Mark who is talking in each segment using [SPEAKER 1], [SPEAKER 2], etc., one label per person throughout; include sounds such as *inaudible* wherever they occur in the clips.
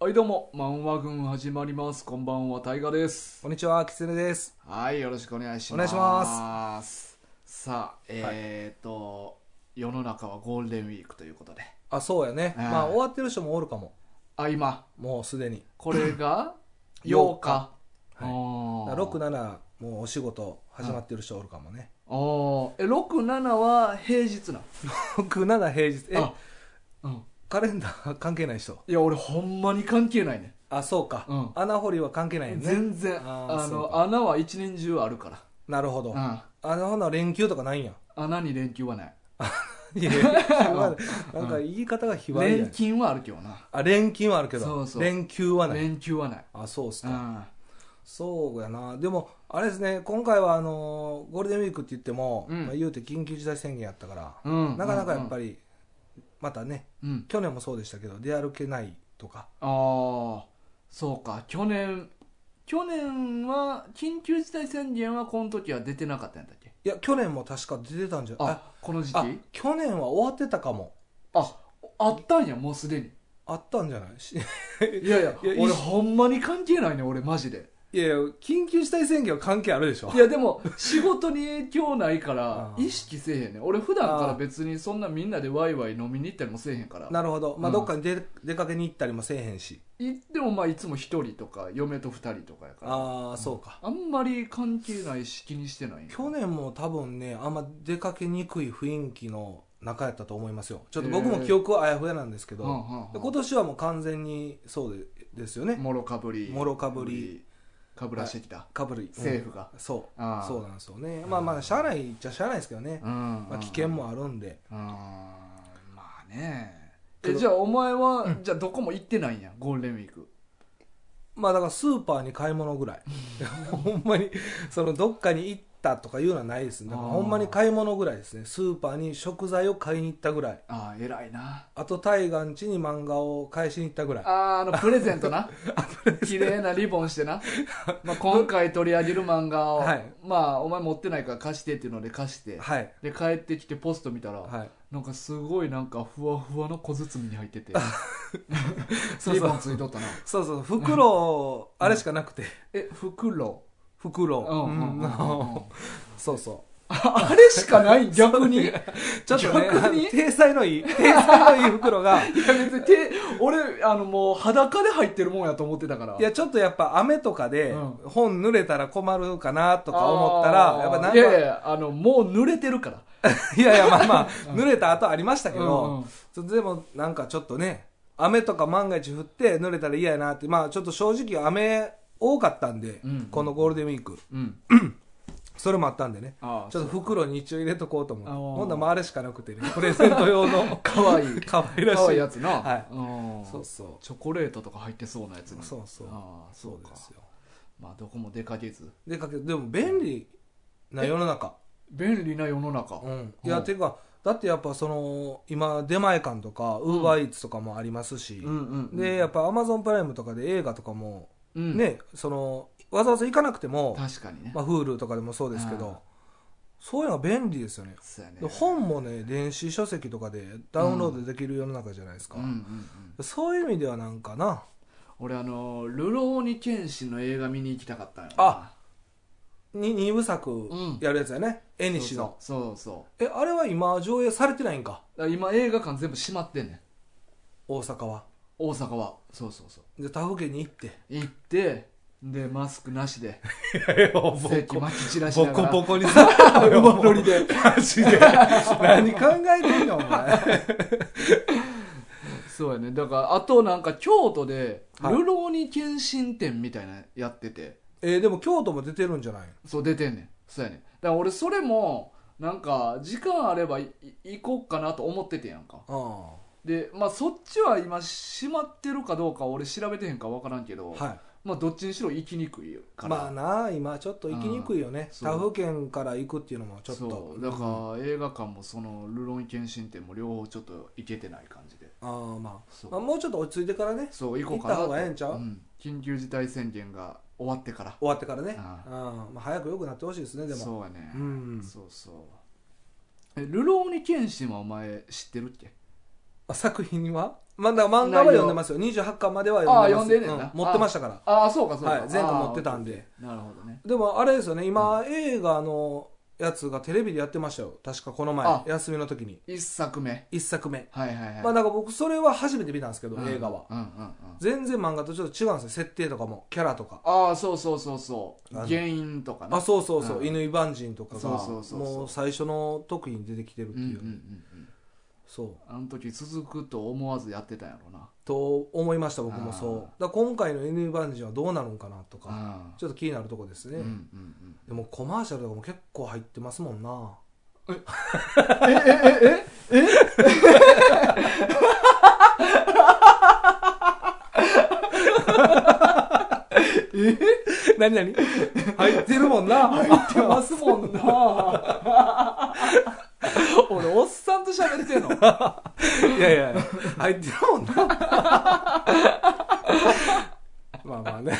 [SPEAKER 1] はいどうも、漫画軍始まります。こんばんは、大河です。
[SPEAKER 2] こんにちは、キツネです。
[SPEAKER 1] はい、よろしくお願いします。
[SPEAKER 2] お願いし
[SPEAKER 1] ます。さあ、えーと、世の中はゴールデンウィークということで。
[SPEAKER 2] あ、そうやね。
[SPEAKER 1] はい
[SPEAKER 2] まあ、終わってる人もおるかも。
[SPEAKER 1] あ、今、
[SPEAKER 2] もうすでに。
[SPEAKER 1] これ *coughs* が8
[SPEAKER 2] 8
[SPEAKER 1] 日
[SPEAKER 2] 日。
[SPEAKER 1] あ
[SPEAKER 2] はい
[SPEAKER 1] ー
[SPEAKER 2] 6、7、もうお仕事始まってる人おるかも
[SPEAKER 1] *laughs*
[SPEAKER 2] ね。
[SPEAKER 1] あーえ、6、7は平日なの
[SPEAKER 2] 6、7平日。え、
[SPEAKER 1] あうん。
[SPEAKER 2] カレンダー関係ない人。
[SPEAKER 1] いや、俺ほんまに関係ないね。
[SPEAKER 2] あ、そうか。
[SPEAKER 1] うん
[SPEAKER 2] 穴掘りは関係ないよね。
[SPEAKER 1] 全然、
[SPEAKER 2] あ
[SPEAKER 1] あ
[SPEAKER 2] ーそう
[SPEAKER 1] の、
[SPEAKER 2] か
[SPEAKER 1] 穴は一年中あるから。
[SPEAKER 2] なるほど。あ
[SPEAKER 1] うん
[SPEAKER 2] の、ほな連休と
[SPEAKER 1] *laughs*
[SPEAKER 2] かないんや。
[SPEAKER 1] 穴に連休はない。
[SPEAKER 2] いやいやなんか言い方がひわいや
[SPEAKER 1] 連
[SPEAKER 2] ん。
[SPEAKER 1] 勤はあるけどな。
[SPEAKER 2] あ、連勤はあるけ
[SPEAKER 1] そう
[SPEAKER 2] ど
[SPEAKER 1] そ、う
[SPEAKER 2] 連休はない。
[SPEAKER 1] 連休はない。
[SPEAKER 2] あ、そうっす
[SPEAKER 1] う
[SPEAKER 2] か。
[SPEAKER 1] ん。
[SPEAKER 2] そうやな。でも、あれですね、今回はあのー、ゴールデンウィークって言っても、
[SPEAKER 1] うん
[SPEAKER 2] まあ言うて緊急事態宣言やったから、
[SPEAKER 1] うん
[SPEAKER 2] なかなかやっぱり、またね、
[SPEAKER 1] うん。
[SPEAKER 2] 去年もそうでしたけど、出歩けないとか、
[SPEAKER 1] ああ、そうか。去年、去年は、緊急事態宣言はこの時は出てなかったんだっけ
[SPEAKER 2] いや、去年も確か出てたんじゃ
[SPEAKER 1] あ、この時
[SPEAKER 2] あ
[SPEAKER 1] 期
[SPEAKER 2] 去年は終わってたかも、
[SPEAKER 1] あ、あったんや、もうすでに。
[SPEAKER 2] あったんじゃない *laughs* し
[SPEAKER 1] いやいや、
[SPEAKER 2] いや
[SPEAKER 1] 俺
[SPEAKER 2] いい
[SPEAKER 1] ほんまに関係ないね、俺マジで。
[SPEAKER 2] いやいや、緊急事態宣言は関係あるでしょ
[SPEAKER 1] い、やでも、仕事に影響ないから
[SPEAKER 2] あ、ー
[SPEAKER 1] 意識せえへんねん。俺普段から別にそんなみんなでワイワイ飲みに行ったりもせえへんから。
[SPEAKER 2] なるほど、まあ、
[SPEAKER 1] うん
[SPEAKER 2] どっかに出出かけに行ったりもせえへんし、
[SPEAKER 1] 行ってもまあいつも一人とか、嫁と二人とかやから。
[SPEAKER 2] ああ、そうか、
[SPEAKER 1] あんまり関係ないし気にしてない
[SPEAKER 2] 去年も多分ね、あんま出かけにくい雰囲気の中やったと思いますよ、ちょっと僕も記憶はあやふやなんですけど、
[SPEAKER 1] うんうんうん
[SPEAKER 2] で今年はもう完全にそうでですよね、
[SPEAKER 1] もろかぶり
[SPEAKER 2] もろかぶり
[SPEAKER 1] かぶらしてきた、
[SPEAKER 2] かぶり、
[SPEAKER 1] 政府が
[SPEAKER 2] うんそう
[SPEAKER 1] あー
[SPEAKER 2] そうなんですよね、まあまあ、しゃあないっちゃしゃあないですけどね、
[SPEAKER 1] うん
[SPEAKER 2] まあ、危険もあるんで、
[SPEAKER 1] うんまあね
[SPEAKER 2] け
[SPEAKER 1] え
[SPEAKER 2] ど
[SPEAKER 1] じゃあお前は、じゃあどこも行ってないんやゴールデンウィーク
[SPEAKER 2] まあだからスーパーに買い物ぐらい、 *laughs* ほんまにそのどっかに行ったとかいうのはないですね、だから
[SPEAKER 1] あー
[SPEAKER 2] ほんまに買い物ぐらいですね、スーパーに食材を買いに行ったぐらい、
[SPEAKER 1] ああ偉いな
[SPEAKER 2] あと、タイガン家に漫画を返しに行ったぐらい
[SPEAKER 1] あ。ああのプレゼント *laughs* な綺麗なリボン *laughs* してな、まあ、今回取り上げる漫画を、
[SPEAKER 2] はい
[SPEAKER 1] まあお前持ってないから貸してっていうので貸して、
[SPEAKER 2] *laughs* はい
[SPEAKER 1] で帰ってきてポスト見たら、
[SPEAKER 2] はい、
[SPEAKER 1] なんかすごいなんかふわふわの小包に入って *laughs* て
[SPEAKER 2] そうそう
[SPEAKER 1] リボンついとったな
[SPEAKER 2] そうそう袋あれしかなくて
[SPEAKER 1] え袋
[SPEAKER 2] 袋、
[SPEAKER 1] うんうんうんうん
[SPEAKER 2] うん *laughs* そうそ
[SPEAKER 1] *laughs* ああれしかない逆に。いや
[SPEAKER 2] うちょっとね *laughs*
[SPEAKER 1] 逆に
[SPEAKER 2] 体裁のいい体裁のいい袋が
[SPEAKER 1] 別に手、俺、あのもう裸で入ってるもんやと思ってたから。
[SPEAKER 2] いやちょっとやっぱ雨とかで
[SPEAKER 1] うん
[SPEAKER 2] 本濡れたら困るかなと
[SPEAKER 1] と
[SPEAKER 2] か思ったらやっぱなんか
[SPEAKER 1] いやいや、あの、もう濡れてるから。
[SPEAKER 2] *laughs* いやいやまあまあ濡れた後ありましたけ
[SPEAKER 1] うんうん
[SPEAKER 2] ど、ちょっとでもなんかちょっとね雨とか万が一降って濡れたら嫌やなってまあちょっと正直雨多かったんで、
[SPEAKER 1] うん
[SPEAKER 2] このゴールデンウィーク
[SPEAKER 1] うん。
[SPEAKER 2] それもあったんでね
[SPEAKER 1] あ
[SPEAKER 2] ちょっと袋に一応入れとこうと思って
[SPEAKER 1] あー
[SPEAKER 2] ほんならまああれしかなくてねプレゼント用
[SPEAKER 1] *laughs*
[SPEAKER 2] の
[SPEAKER 1] かわいい。か
[SPEAKER 2] 可愛らしい
[SPEAKER 1] わいいやつな。
[SPEAKER 2] はい
[SPEAKER 1] うん
[SPEAKER 2] そうそ
[SPEAKER 1] チョコレートとか入ってそうなやつ
[SPEAKER 2] う
[SPEAKER 1] に。
[SPEAKER 2] そうそう
[SPEAKER 1] ああ、
[SPEAKER 2] そ
[SPEAKER 1] そうう
[SPEAKER 2] で
[SPEAKER 1] か
[SPEAKER 2] す。よ
[SPEAKER 1] まあ、どこも出かけず。
[SPEAKER 2] でかけでも便利な世の中
[SPEAKER 1] 便利な世の中。
[SPEAKER 2] うん
[SPEAKER 1] うん
[SPEAKER 2] いやていうかだってやっぱその今出前館とかウーバーイーツとかもありますし、
[SPEAKER 1] うんうん。
[SPEAKER 2] でやっぱアマゾンプライムとかで映画とかも
[SPEAKER 1] うん、
[SPEAKER 2] ね、そのわざわざ行かなくても、
[SPEAKER 1] 確かにね。
[SPEAKER 2] まあ、Hulu とかでもそうですけ
[SPEAKER 1] うん
[SPEAKER 2] どそういうのは便利ですよね
[SPEAKER 1] そうやね。
[SPEAKER 2] で本もね電子書籍とかでダウンロードできる世の中じゃないですか、
[SPEAKER 1] うんうんうん。
[SPEAKER 2] そういう意味ではなんかな
[SPEAKER 1] 俺、あの、ルローニケンシンの映画見に行きたかったんよな。
[SPEAKER 2] あに2部作
[SPEAKER 1] うん
[SPEAKER 2] やるやつやね、絵にしの
[SPEAKER 1] そうそうそう
[SPEAKER 2] えあれは今上映されてないんか
[SPEAKER 1] そう今映画館全部閉まってんねん
[SPEAKER 2] 大阪は
[SPEAKER 1] 大阪はそうそうそう
[SPEAKER 2] じゃあ他府県に行って
[SPEAKER 1] 行ってでマスクなしで席まき散らし
[SPEAKER 2] ボ
[SPEAKER 1] なが
[SPEAKER 2] コ
[SPEAKER 1] ら
[SPEAKER 2] ボコにされ
[SPEAKER 1] 馬乗りで
[SPEAKER 2] マジで何考えてんのお前
[SPEAKER 1] そうやねだからあとなんか京都で「
[SPEAKER 2] はい
[SPEAKER 1] 流浪に献身展」みたいなのやってて
[SPEAKER 2] えーでも京都も出てるんじゃない
[SPEAKER 1] そう出てんねんそうやねんだから俺それもなんか時間あればいい行こうかなと思っててやんか
[SPEAKER 2] あ
[SPEAKER 1] でまあそっちは今閉まってるかどうか俺調べてへんか分からんけど、
[SPEAKER 2] あはい
[SPEAKER 1] まあどっちにしろ行きにくいから
[SPEAKER 2] まあな今ちょっと行きにくいよね
[SPEAKER 1] そう
[SPEAKER 2] 他府県から行くっていうのもちょっ
[SPEAKER 1] そ
[SPEAKER 2] と
[SPEAKER 1] うだから映画館もそのルロン検診店も両方ちょっと行けてない感じで
[SPEAKER 2] あー、ま
[SPEAKER 1] そ
[SPEAKER 2] あ、
[SPEAKER 1] う
[SPEAKER 2] まあもうちょっと落ち着いてからね
[SPEAKER 1] そう行こうかなと
[SPEAKER 2] 行った方がええんちゃう
[SPEAKER 1] うん、緊急事態宣言が終わってから
[SPEAKER 2] 終わってからね
[SPEAKER 1] あ
[SPEAKER 2] うんまあ、早く良くなってほしいですねでも
[SPEAKER 1] そうやね、
[SPEAKER 2] うん
[SPEAKER 1] そうそうえルローニ検診はお前知ってるっけ
[SPEAKER 2] あ作品はまだ漫画は読んでますよ28巻までは
[SPEAKER 1] ああ読
[SPEAKER 2] 読ん
[SPEAKER 1] ん
[SPEAKER 2] で
[SPEAKER 1] でんねん
[SPEAKER 2] ますうん
[SPEAKER 1] な、
[SPEAKER 2] 持ってましたから
[SPEAKER 1] ああそうかそうか、
[SPEAKER 2] はい前後持ってたんで
[SPEAKER 1] あーなるほどね
[SPEAKER 2] でもあれですよね今、映画のやつがテレビでやってましたよ確かこの前
[SPEAKER 1] あ
[SPEAKER 2] 休みの時に
[SPEAKER 1] 一作目
[SPEAKER 2] 1作目、
[SPEAKER 1] はいはいはい、
[SPEAKER 2] まあなんか僕それは初めて見たんですけど、映画は
[SPEAKER 1] うんうんうん
[SPEAKER 2] 全然漫画とちょっと違うんですよ設定とかもキャラとか
[SPEAKER 1] ああそうそうそうそう
[SPEAKER 2] あの
[SPEAKER 1] 原因とかね
[SPEAKER 2] あそうそうそう、
[SPEAKER 1] うん
[SPEAKER 2] 犬イバンジンとかが
[SPEAKER 1] そうそうそうそう
[SPEAKER 2] もう最初の時に出てきてるって
[SPEAKER 1] うんうん
[SPEAKER 2] いうう、
[SPEAKER 1] んうん
[SPEAKER 2] そう
[SPEAKER 1] あの時続くと思わずやってたんやろうな
[SPEAKER 2] と思いました僕もそう
[SPEAKER 1] あー
[SPEAKER 2] だから今回の犬イバンジンはどうなるんかなとか
[SPEAKER 1] あ
[SPEAKER 2] ちょっと気になるとこです
[SPEAKER 1] ー
[SPEAKER 2] ね、
[SPEAKER 1] うんうん
[SPEAKER 2] でもコマーシャルとかも結構入ってますもんな
[SPEAKER 1] うんえ
[SPEAKER 2] 何何入ってるもんな入って
[SPEAKER 1] 出ますもんな俺おっさんと喋ってんの
[SPEAKER 2] いやいや、入ってるもんな。まあまあね。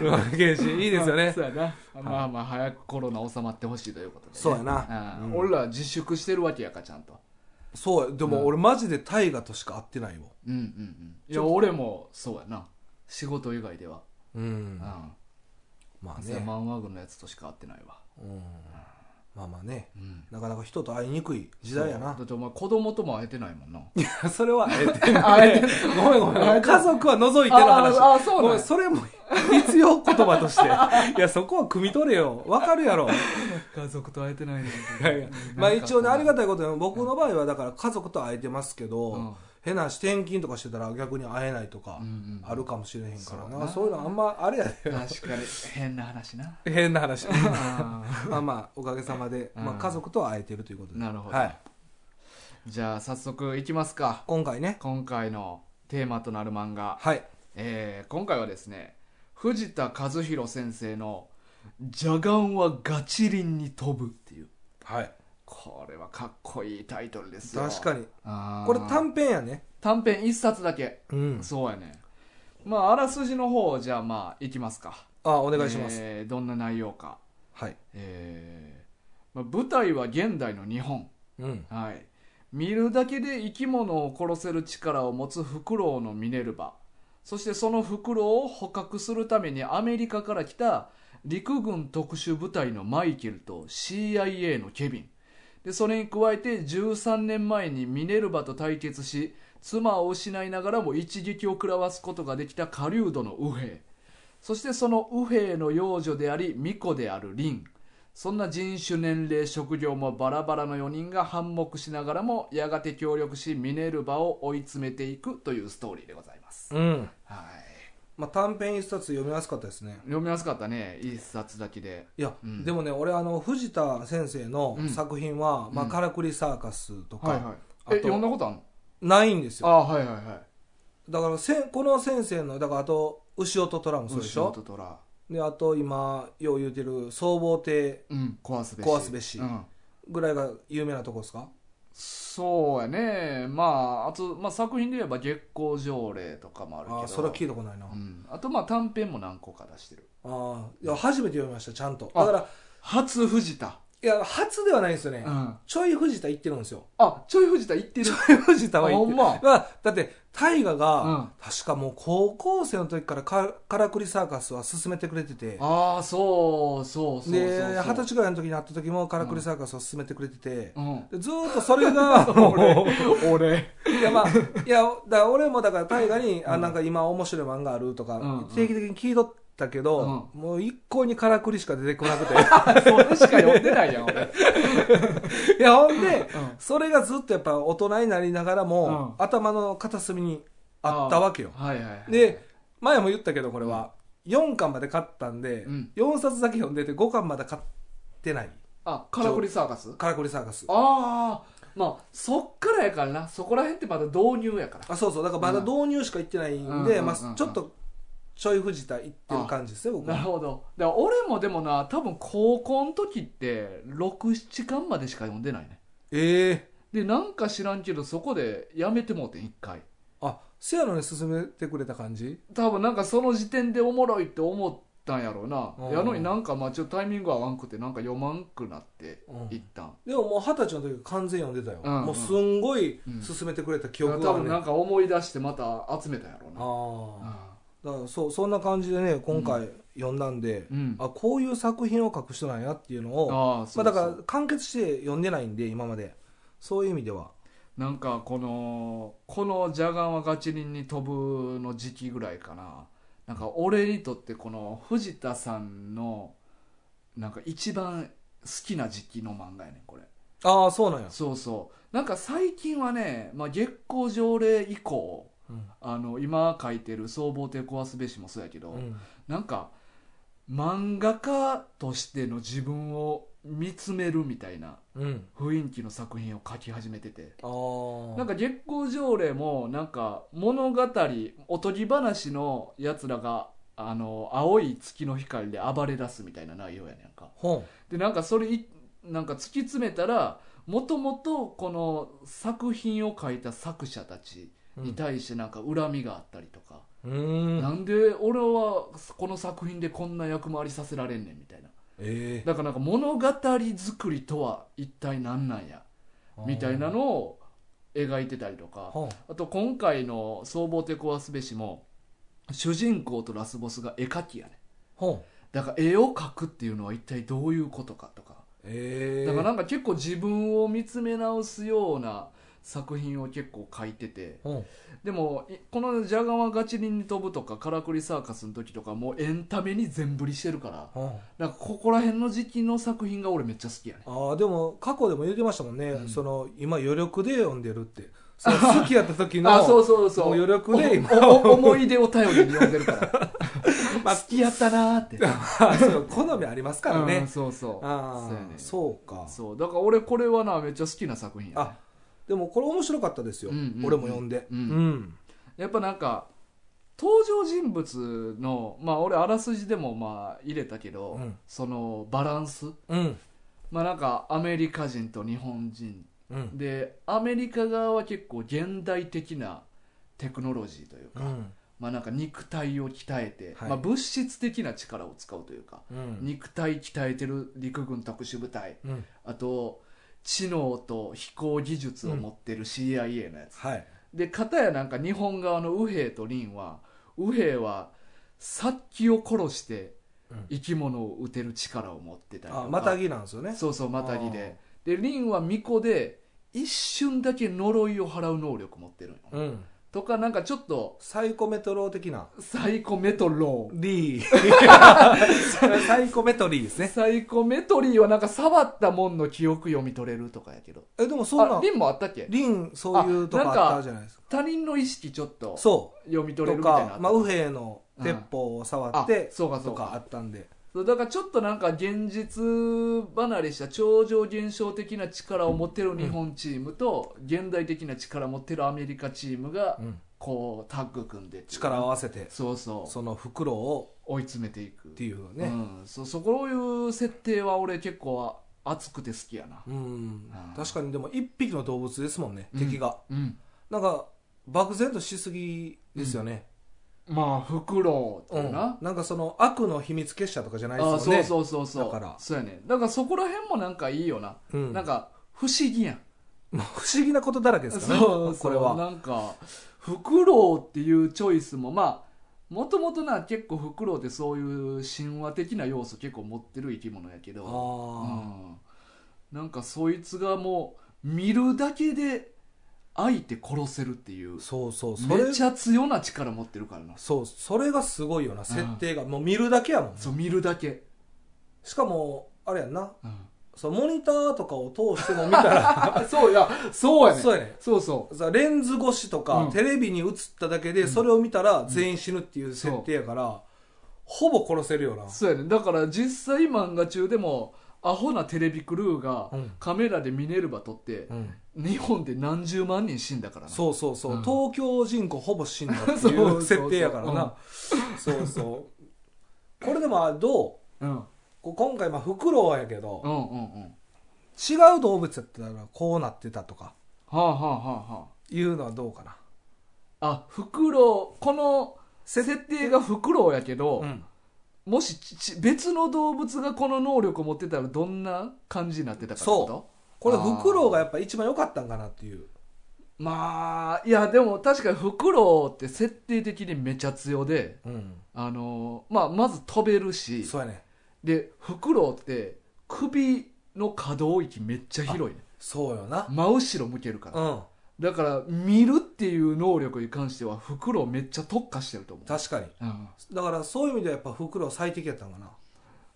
[SPEAKER 2] ルマン原神、いいですよね
[SPEAKER 1] そ。うやなまあまあ早くコロナ収まってほしいということでね、
[SPEAKER 2] そうやな
[SPEAKER 1] うん
[SPEAKER 2] うん
[SPEAKER 1] 俺らは自粛してるわけやかちゃんと
[SPEAKER 2] そう、でも俺マジで大河としか会ってないよ。
[SPEAKER 1] うんうんうんいや俺もそうやな仕事以外では
[SPEAKER 2] うん
[SPEAKER 1] うん、。
[SPEAKER 2] まあ
[SPEAKER 1] それ
[SPEAKER 2] ね。
[SPEAKER 1] マンワグのやつとしか会ってないわ
[SPEAKER 2] うんまあまあね。
[SPEAKER 1] うん
[SPEAKER 2] なかなか人と会いにくい時代やな
[SPEAKER 1] だ。ってお前子供とも会えてないもんな
[SPEAKER 2] *laughs* それは会えて
[SPEAKER 1] *laughs*
[SPEAKER 2] る
[SPEAKER 1] 会えてる
[SPEAKER 2] ごめんごめん。家族は覗いてる話。
[SPEAKER 1] ああそうな
[SPEAKER 2] ご
[SPEAKER 1] ん
[SPEAKER 2] め
[SPEAKER 1] や
[SPEAKER 2] ん、それも必要言葉として。い *laughs* や、そこは汲み取れよ。わかるやろ。
[SPEAKER 1] 家族と会えてないね
[SPEAKER 2] いやいやまあ一応ね、ありが
[SPEAKER 1] と
[SPEAKER 2] たいことに、僕の場合はだから家族と会えてますけど、
[SPEAKER 1] うん
[SPEAKER 2] 変な話転勤とかしてたら逆に会えないとか
[SPEAKER 1] うんうん
[SPEAKER 2] あるかもしれへんから
[SPEAKER 1] そ
[SPEAKER 2] な、
[SPEAKER 1] うな
[SPEAKER 2] そういうのあんまあれやで
[SPEAKER 1] 確かに変な話
[SPEAKER 2] *laughs*
[SPEAKER 1] な
[SPEAKER 2] 変な話
[SPEAKER 1] あ
[SPEAKER 2] まあまあおかげさまで、
[SPEAKER 1] うん
[SPEAKER 2] まあ、家族とは会えてるということで
[SPEAKER 1] なるほど
[SPEAKER 2] はい、
[SPEAKER 1] ーじゃあ早速いきますか
[SPEAKER 2] 今回ね
[SPEAKER 1] 今回のテーマとなる漫画
[SPEAKER 2] はい
[SPEAKER 1] えー今回はですね藤田和弘先生の「邪眼はガチリンに飛ぶ」っていう
[SPEAKER 2] はい
[SPEAKER 1] これはかっこいいタイトルですよ
[SPEAKER 2] 確か
[SPEAKER 1] に
[SPEAKER 2] にこ
[SPEAKER 1] こ
[SPEAKER 2] れ短編やね
[SPEAKER 1] 短編1冊だけ、
[SPEAKER 2] うん
[SPEAKER 1] そうやねまああらすじの方じゃあまあいきますか
[SPEAKER 2] あお
[SPEAKER 1] お
[SPEAKER 2] 願いします、
[SPEAKER 1] えーどんな内容か
[SPEAKER 2] はい
[SPEAKER 1] えーまあ、舞台は現代の日本
[SPEAKER 2] うん
[SPEAKER 1] はい、見るだけで生き物を殺せる力を持つフクロウのミネルヴァそしてそのフクロウを捕獲するためにアメリカから来た陸軍特殊部隊のマイケルと CIA のケビンでそれに加えて13年前にミネルヴァと対決し妻を失いながらも一撃を食らわすことができた狩人の右兵そしてその右兵の養女であり巫女であるリンそんな人種年齢職業もバラバラの4人が反目しながらもやがて協力しミネルヴァを追い詰めていくというストーリーでございます、
[SPEAKER 2] うん
[SPEAKER 1] はい、
[SPEAKER 2] まあ、短編一冊読みやすかったですね
[SPEAKER 1] 読みやすかったね一冊だけで
[SPEAKER 2] いや、
[SPEAKER 1] うん
[SPEAKER 2] でもね俺あの藤田先生の
[SPEAKER 1] うん
[SPEAKER 2] 作品は「まあ、
[SPEAKER 1] うん
[SPEAKER 2] カラクリサーカス」とか、
[SPEAKER 1] はいはいえ
[SPEAKER 2] あと
[SPEAKER 1] 読んだことあるの
[SPEAKER 2] ないんですよ
[SPEAKER 1] あはいはいはい
[SPEAKER 2] だからせんこの先生のだからあと牛音虎もそうでしょ
[SPEAKER 1] 牛と虎
[SPEAKER 2] であと今よう言うてる総合亭
[SPEAKER 1] うん壊すべし
[SPEAKER 2] 壊すべし
[SPEAKER 1] うん、
[SPEAKER 2] ぐらいが有名なとこですか
[SPEAKER 1] そうやねまああと、まあ、作品で言えば月光条例とかもあるけ
[SPEAKER 2] あ
[SPEAKER 1] ど
[SPEAKER 2] あそれは聞いたことないな、
[SPEAKER 1] う
[SPEAKER 2] あ
[SPEAKER 1] ん、あとまあ短編も何個か出してる
[SPEAKER 2] あいや初めて読みましたちゃんと
[SPEAKER 1] あ
[SPEAKER 2] だから
[SPEAKER 1] 初藤田、
[SPEAKER 2] いや初ではないんですよね、
[SPEAKER 1] うん、
[SPEAKER 2] ちょい藤田行ってるんですよ
[SPEAKER 1] あちょい藤田行ってる
[SPEAKER 2] 藤田は行ってる
[SPEAKER 1] ほんま
[SPEAKER 2] まあだって大河が、
[SPEAKER 1] うん
[SPEAKER 2] 確かもう高校生の時からカカラクリサーカスは進めてくれてて
[SPEAKER 1] ああそうそうそうそう
[SPEAKER 2] で
[SPEAKER 1] そう
[SPEAKER 2] 二十歳ぐらいの時に会った時もカラクリサーカスは進めてくれてて、
[SPEAKER 1] うん
[SPEAKER 2] でずーっとそれが
[SPEAKER 1] *laughs*
[SPEAKER 2] *laughs*
[SPEAKER 1] 俺俺
[SPEAKER 2] いやまあ、いや、だから俺もだから大河に、あ、なんか今面白い漫画あるとか、
[SPEAKER 1] うんうん
[SPEAKER 2] 定期的に聞いとったけど、もう一向にからくりしか出てこなくて。
[SPEAKER 1] それしか読んでないやん俺
[SPEAKER 2] いや、ほんで、
[SPEAKER 1] うん
[SPEAKER 2] それがずっとやっぱ大人になりながらも、
[SPEAKER 1] う
[SPEAKER 2] 頭の片隅にあったわけよ。
[SPEAKER 1] はいはいはい
[SPEAKER 2] で、前も言ったけどこれは、4巻まで買ったんで、
[SPEAKER 1] うん
[SPEAKER 2] 4冊だけ読んでて5巻まだ買ってない。
[SPEAKER 1] あカラクリサーカス
[SPEAKER 2] からくりサーカス。
[SPEAKER 1] ああまあそっからやからなそこら辺ってまだ導入やから
[SPEAKER 2] あ、そうそう、だからまだ導入しか行ってないんで、
[SPEAKER 1] うん
[SPEAKER 2] ま
[SPEAKER 1] うんうんう
[SPEAKER 2] あ、
[SPEAKER 1] ん
[SPEAKER 2] ちょっと、ちょい藤田行ってる感じですね、僕
[SPEAKER 1] なる
[SPEAKER 2] は。
[SPEAKER 1] ほどだから俺もでもな多分高校の時って67巻までしか読んでないね
[SPEAKER 2] ええ
[SPEAKER 1] でなんか知らんけどそこでやめてもうてん一回
[SPEAKER 2] あせやのに勧めてくれた感じ
[SPEAKER 1] 多分なんかその時点でおもろいって思っったんやろうな、
[SPEAKER 2] うん
[SPEAKER 1] やのになんかまあちょっとタイミング合わんくてなんか読まんくなって
[SPEAKER 2] うん
[SPEAKER 1] 一旦、
[SPEAKER 2] でももう二十歳の時完全読んでたよ、
[SPEAKER 1] うん
[SPEAKER 2] もうすんごい勧めてくれた記
[SPEAKER 1] 多
[SPEAKER 2] 憶がある
[SPEAKER 1] 分
[SPEAKER 2] ね、
[SPEAKER 1] なんか思い出してまた集めたんやろうな
[SPEAKER 2] ああだからそうそんな感じでね今回読んだんで、
[SPEAKER 1] うん
[SPEAKER 2] あこういう作品を書く人なんやっていうのを
[SPEAKER 1] ああそ
[SPEAKER 2] まあ、
[SPEAKER 1] う
[SPEAKER 2] だ
[SPEAKER 1] そう
[SPEAKER 2] から完結して読んでないんで今までそういう意味では
[SPEAKER 1] なんかこのこの「ジャガンはガチリンに飛ぶ」の時期ぐらいかななんか俺にとってこの藤田さんのなんか一番好きな時期の漫画やねんこれ
[SPEAKER 2] ああそうなんや、
[SPEAKER 1] そうそうなんか最近はね、まあ、月光条例以降
[SPEAKER 2] うん
[SPEAKER 1] あの今書いてる「総合帝壊すべし」もそうやけど、なんか漫画家としての自分を見つめるみたいな
[SPEAKER 2] うん
[SPEAKER 1] 雰囲気の作品を書き始めてて
[SPEAKER 2] ああ
[SPEAKER 1] なんか月光条例もなんか物語おとぎ話のやつらがあの青い月の光で暴れ出すみたいな内容やねんか
[SPEAKER 2] 本
[SPEAKER 1] でなんかそれいなんか突き詰めたらもともとこの作品を書いた作者たちに対してなんか恨みがあったりとか、
[SPEAKER 2] うーん
[SPEAKER 1] なんで俺はこの作品でこんな役回りさせられんねんみたいな
[SPEAKER 2] ええ
[SPEAKER 1] だからなんか物語作りとは一体何なんやみたいなのを描いてたりとか
[SPEAKER 2] 本
[SPEAKER 1] あと今回の「総合テコアスべし」も主人公とラスボスが絵描きやね
[SPEAKER 2] 本
[SPEAKER 1] だから絵を描くっていうのは一体どういうことかとか
[SPEAKER 2] ええ
[SPEAKER 1] だからなんか結構自分を見つめ直すような作品を結構書いてて
[SPEAKER 2] 本
[SPEAKER 1] でもいこの「ジャガワガチリンに飛ぶ」とか「カラクリサーカス」の時とかもうエンタメに全振りしてるから
[SPEAKER 2] 本
[SPEAKER 1] なんかここら辺の時期の作品が俺めっちゃ好きやね
[SPEAKER 2] ああでも過去でも言ってましたもんね、
[SPEAKER 1] うん
[SPEAKER 2] その今余力で読んでるってその好きやった時
[SPEAKER 1] *laughs*
[SPEAKER 2] の
[SPEAKER 1] あそうそうそう
[SPEAKER 2] もう余力
[SPEAKER 1] *laughs*
[SPEAKER 2] で今 *laughs*
[SPEAKER 1] おお思い出を頼りに読んでるから、
[SPEAKER 2] まあ
[SPEAKER 1] 好きやったなーって
[SPEAKER 2] あそう好みありますから
[SPEAKER 1] うん
[SPEAKER 2] ね、
[SPEAKER 1] そうそう
[SPEAKER 2] ああ
[SPEAKER 1] そうやね
[SPEAKER 2] そうか
[SPEAKER 1] そうだから俺これはなめっちゃ好きな作品や、ね、
[SPEAKER 2] あでもこれ面白かったですよ、
[SPEAKER 1] うんうんうん
[SPEAKER 2] 俺も読んで
[SPEAKER 1] うん
[SPEAKER 2] ん
[SPEAKER 1] やっぱなんか登場人物のまあ俺あらすじでもまあ入れたけど、
[SPEAKER 2] うん
[SPEAKER 1] そのバランス
[SPEAKER 2] うん
[SPEAKER 1] まあなんかアメリカ人と日本人
[SPEAKER 2] うん
[SPEAKER 1] でアメリカ側は結構現代的なテクノロジーという
[SPEAKER 2] う
[SPEAKER 1] か、
[SPEAKER 2] ん
[SPEAKER 1] まあなんか肉体を鍛えて、
[SPEAKER 2] はい
[SPEAKER 1] まあ物質的な力を使うというか、
[SPEAKER 2] うん
[SPEAKER 1] 肉体鍛えてる陸軍特殊部隊
[SPEAKER 2] うん
[SPEAKER 1] あと知能と飛行技術を持ってる CIA のやつ、
[SPEAKER 2] はい
[SPEAKER 1] で片やなんか日本側の右兵と林は右兵は殺気を殺して
[SPEAKER 2] うん
[SPEAKER 1] 生き物を撃てる力を持ってたりとか
[SPEAKER 2] あまたぎなんですよね
[SPEAKER 1] そうそうまたぎでで林は巫女で一瞬だけ呪いを払う能力持ってるのよ、
[SPEAKER 2] うん
[SPEAKER 1] とかなんかちょっと
[SPEAKER 2] サイコメトロ的な
[SPEAKER 1] サイコメトロー
[SPEAKER 2] リー
[SPEAKER 1] *laughs*
[SPEAKER 2] サイコメトリーですね
[SPEAKER 1] サイコメトリーはなんか触ったもんの記憶読み取れるとかやけど
[SPEAKER 2] えでもそうな
[SPEAKER 1] あ
[SPEAKER 2] ん
[SPEAKER 1] 林もあったっけ
[SPEAKER 2] リンそういうとこ
[SPEAKER 1] あなんか
[SPEAKER 2] あったじゃないですか
[SPEAKER 1] 他人の意識ちょっと
[SPEAKER 2] そ
[SPEAKER 1] 読み
[SPEAKER 2] う
[SPEAKER 1] 取れ
[SPEAKER 2] と
[SPEAKER 1] るみたいな
[SPEAKER 2] かまあ右兵の鉄砲を触っ
[SPEAKER 1] あ
[SPEAKER 2] て
[SPEAKER 1] そうかそ
[SPEAKER 2] と
[SPEAKER 1] う
[SPEAKER 2] かあ
[SPEAKER 1] か
[SPEAKER 2] ったんで
[SPEAKER 1] そうだからちょっとなんか現実離れした超常現象的な力を持ってる日本チームと現代的な力を持ってるアメリカチームが
[SPEAKER 2] うん
[SPEAKER 1] こうタッグ組んで
[SPEAKER 2] 力を合わせて
[SPEAKER 1] そうそう
[SPEAKER 2] その袋を
[SPEAKER 1] 追い詰めていくっ
[SPEAKER 2] って
[SPEAKER 1] い
[SPEAKER 2] いう
[SPEAKER 1] う
[SPEAKER 2] ね
[SPEAKER 1] ん、そうそこういう設定は俺結構熱くて好きやな
[SPEAKER 2] うん
[SPEAKER 1] あー
[SPEAKER 2] 確かにでも一匹の動物ですもんね
[SPEAKER 1] うん
[SPEAKER 2] 敵が
[SPEAKER 1] うん
[SPEAKER 2] なんか漠然としすぎですよね、
[SPEAKER 1] まあフクロウって
[SPEAKER 2] う
[SPEAKER 1] いうんな、
[SPEAKER 2] なんかその悪の秘密結社とかじゃないです
[SPEAKER 1] あ
[SPEAKER 2] よ
[SPEAKER 1] あ
[SPEAKER 2] ね
[SPEAKER 1] そうそうそうそう
[SPEAKER 2] だから
[SPEAKER 1] そうやねだからそこら辺もなんかいいよな、
[SPEAKER 2] うん
[SPEAKER 1] なんか不思議やん
[SPEAKER 2] まあ不思議なことだらけですからね
[SPEAKER 1] そうそう
[SPEAKER 2] これは
[SPEAKER 1] なんかフクロウっていうチョイスもまあもともとな結構フクロウってそういう神話的な要素結構持ってる生き物やけ
[SPEAKER 2] あ
[SPEAKER 1] ど、う
[SPEAKER 2] ー
[SPEAKER 1] ん、なんかそいつがもう見るだけで相手殺せるっていう
[SPEAKER 2] そうそうそれ
[SPEAKER 1] めちゃ強な力持ってるからな
[SPEAKER 2] そうそれがすごいよな設定が、もう見るだけやもん
[SPEAKER 1] そう見るだけ、
[SPEAKER 2] しかもあれやんな
[SPEAKER 1] うん
[SPEAKER 2] そのモニターとかを通しても見たら
[SPEAKER 1] あそうやそうやね
[SPEAKER 2] そううやね
[SPEAKER 1] そうそう
[SPEAKER 2] さレンズ越しとか、
[SPEAKER 1] うん
[SPEAKER 2] テレビに映っただけでそれを見たら全員死ぬっていう設定やから、ほぼ殺せるよな
[SPEAKER 1] そうやねだから実際漫画中でもアホなテレビクルーが
[SPEAKER 2] うん
[SPEAKER 1] カメラでミネルバ撮って、
[SPEAKER 2] うん
[SPEAKER 1] 日本で何十万人死んだからな
[SPEAKER 2] そうそうそう、
[SPEAKER 1] うん
[SPEAKER 2] 東京人口ほぼ死んだって *laughs*
[SPEAKER 1] そう
[SPEAKER 2] い
[SPEAKER 1] そうそう
[SPEAKER 2] う設定やからなそうそうこれでもあどう
[SPEAKER 1] うん、うん
[SPEAKER 2] こう今回まあフクロウやけど、
[SPEAKER 1] うんうんは
[SPEAKER 2] 違う動物やったらこうなってたとか
[SPEAKER 1] あはあはあは
[SPEAKER 2] いうのはどうかな
[SPEAKER 1] ああフクロウこの設定がフクロウやけど、
[SPEAKER 2] ん
[SPEAKER 1] もしちち別の動物がこの能力を持ってたらどんな感じになってたかってこと
[SPEAKER 2] そこれフクロウがやっぱ一番良かったんかなっていう
[SPEAKER 1] まあいやでも確かにフクロウって設定的にめちゃ強で
[SPEAKER 2] うん
[SPEAKER 1] あのまあ、まず飛べるし
[SPEAKER 2] そうやね
[SPEAKER 1] でフクロウって首の可動域めっちゃ広いね
[SPEAKER 2] そうよな
[SPEAKER 1] 真後ろ向けるから
[SPEAKER 2] うん
[SPEAKER 1] だから見るっていう能力に関してはフクロウめっちゃ特化してると思う、
[SPEAKER 2] 確かに
[SPEAKER 1] うん
[SPEAKER 2] だからそういう意味ではやっぱフクロウ最適やったんかな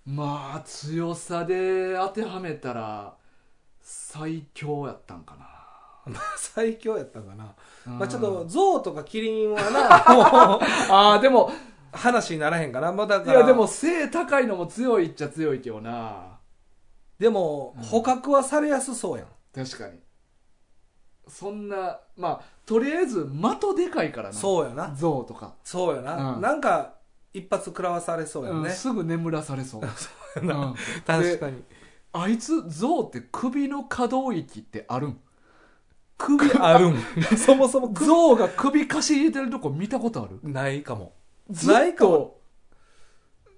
[SPEAKER 2] *laughs*
[SPEAKER 1] まあ強さで当てはめたら最強やったんか
[SPEAKER 2] まあ最強やったんかな、
[SPEAKER 1] な、
[SPEAKER 2] まあちょっと象とかキリンはな *laughs* もう
[SPEAKER 1] ああでも
[SPEAKER 2] 話にならへんかなまあだ
[SPEAKER 1] い
[SPEAKER 2] から
[SPEAKER 1] やでも背高いのも強いっちゃ強いけどな
[SPEAKER 2] でも
[SPEAKER 1] うん
[SPEAKER 2] 捕獲はされやすそうやん、
[SPEAKER 1] 確かにそんなまあとりあえず的でかいからな
[SPEAKER 2] そうやな
[SPEAKER 1] 象とか、
[SPEAKER 2] そうやな、
[SPEAKER 1] うん
[SPEAKER 2] なんか一発食らわされそうや
[SPEAKER 1] うん
[SPEAKER 2] ね、
[SPEAKER 1] すぐ眠らされ *laughs* そう
[SPEAKER 2] *laughs*
[SPEAKER 1] うん
[SPEAKER 2] 確かに
[SPEAKER 1] あいつ象って首の可動域ってあるん首
[SPEAKER 2] あるん
[SPEAKER 1] *laughs*
[SPEAKER 2] そもそも首
[SPEAKER 1] 象が首かしげてるとこ見たことある
[SPEAKER 2] ないかも
[SPEAKER 1] ず
[SPEAKER 2] ない
[SPEAKER 1] っ
[SPEAKER 2] かも
[SPEAKER 1] と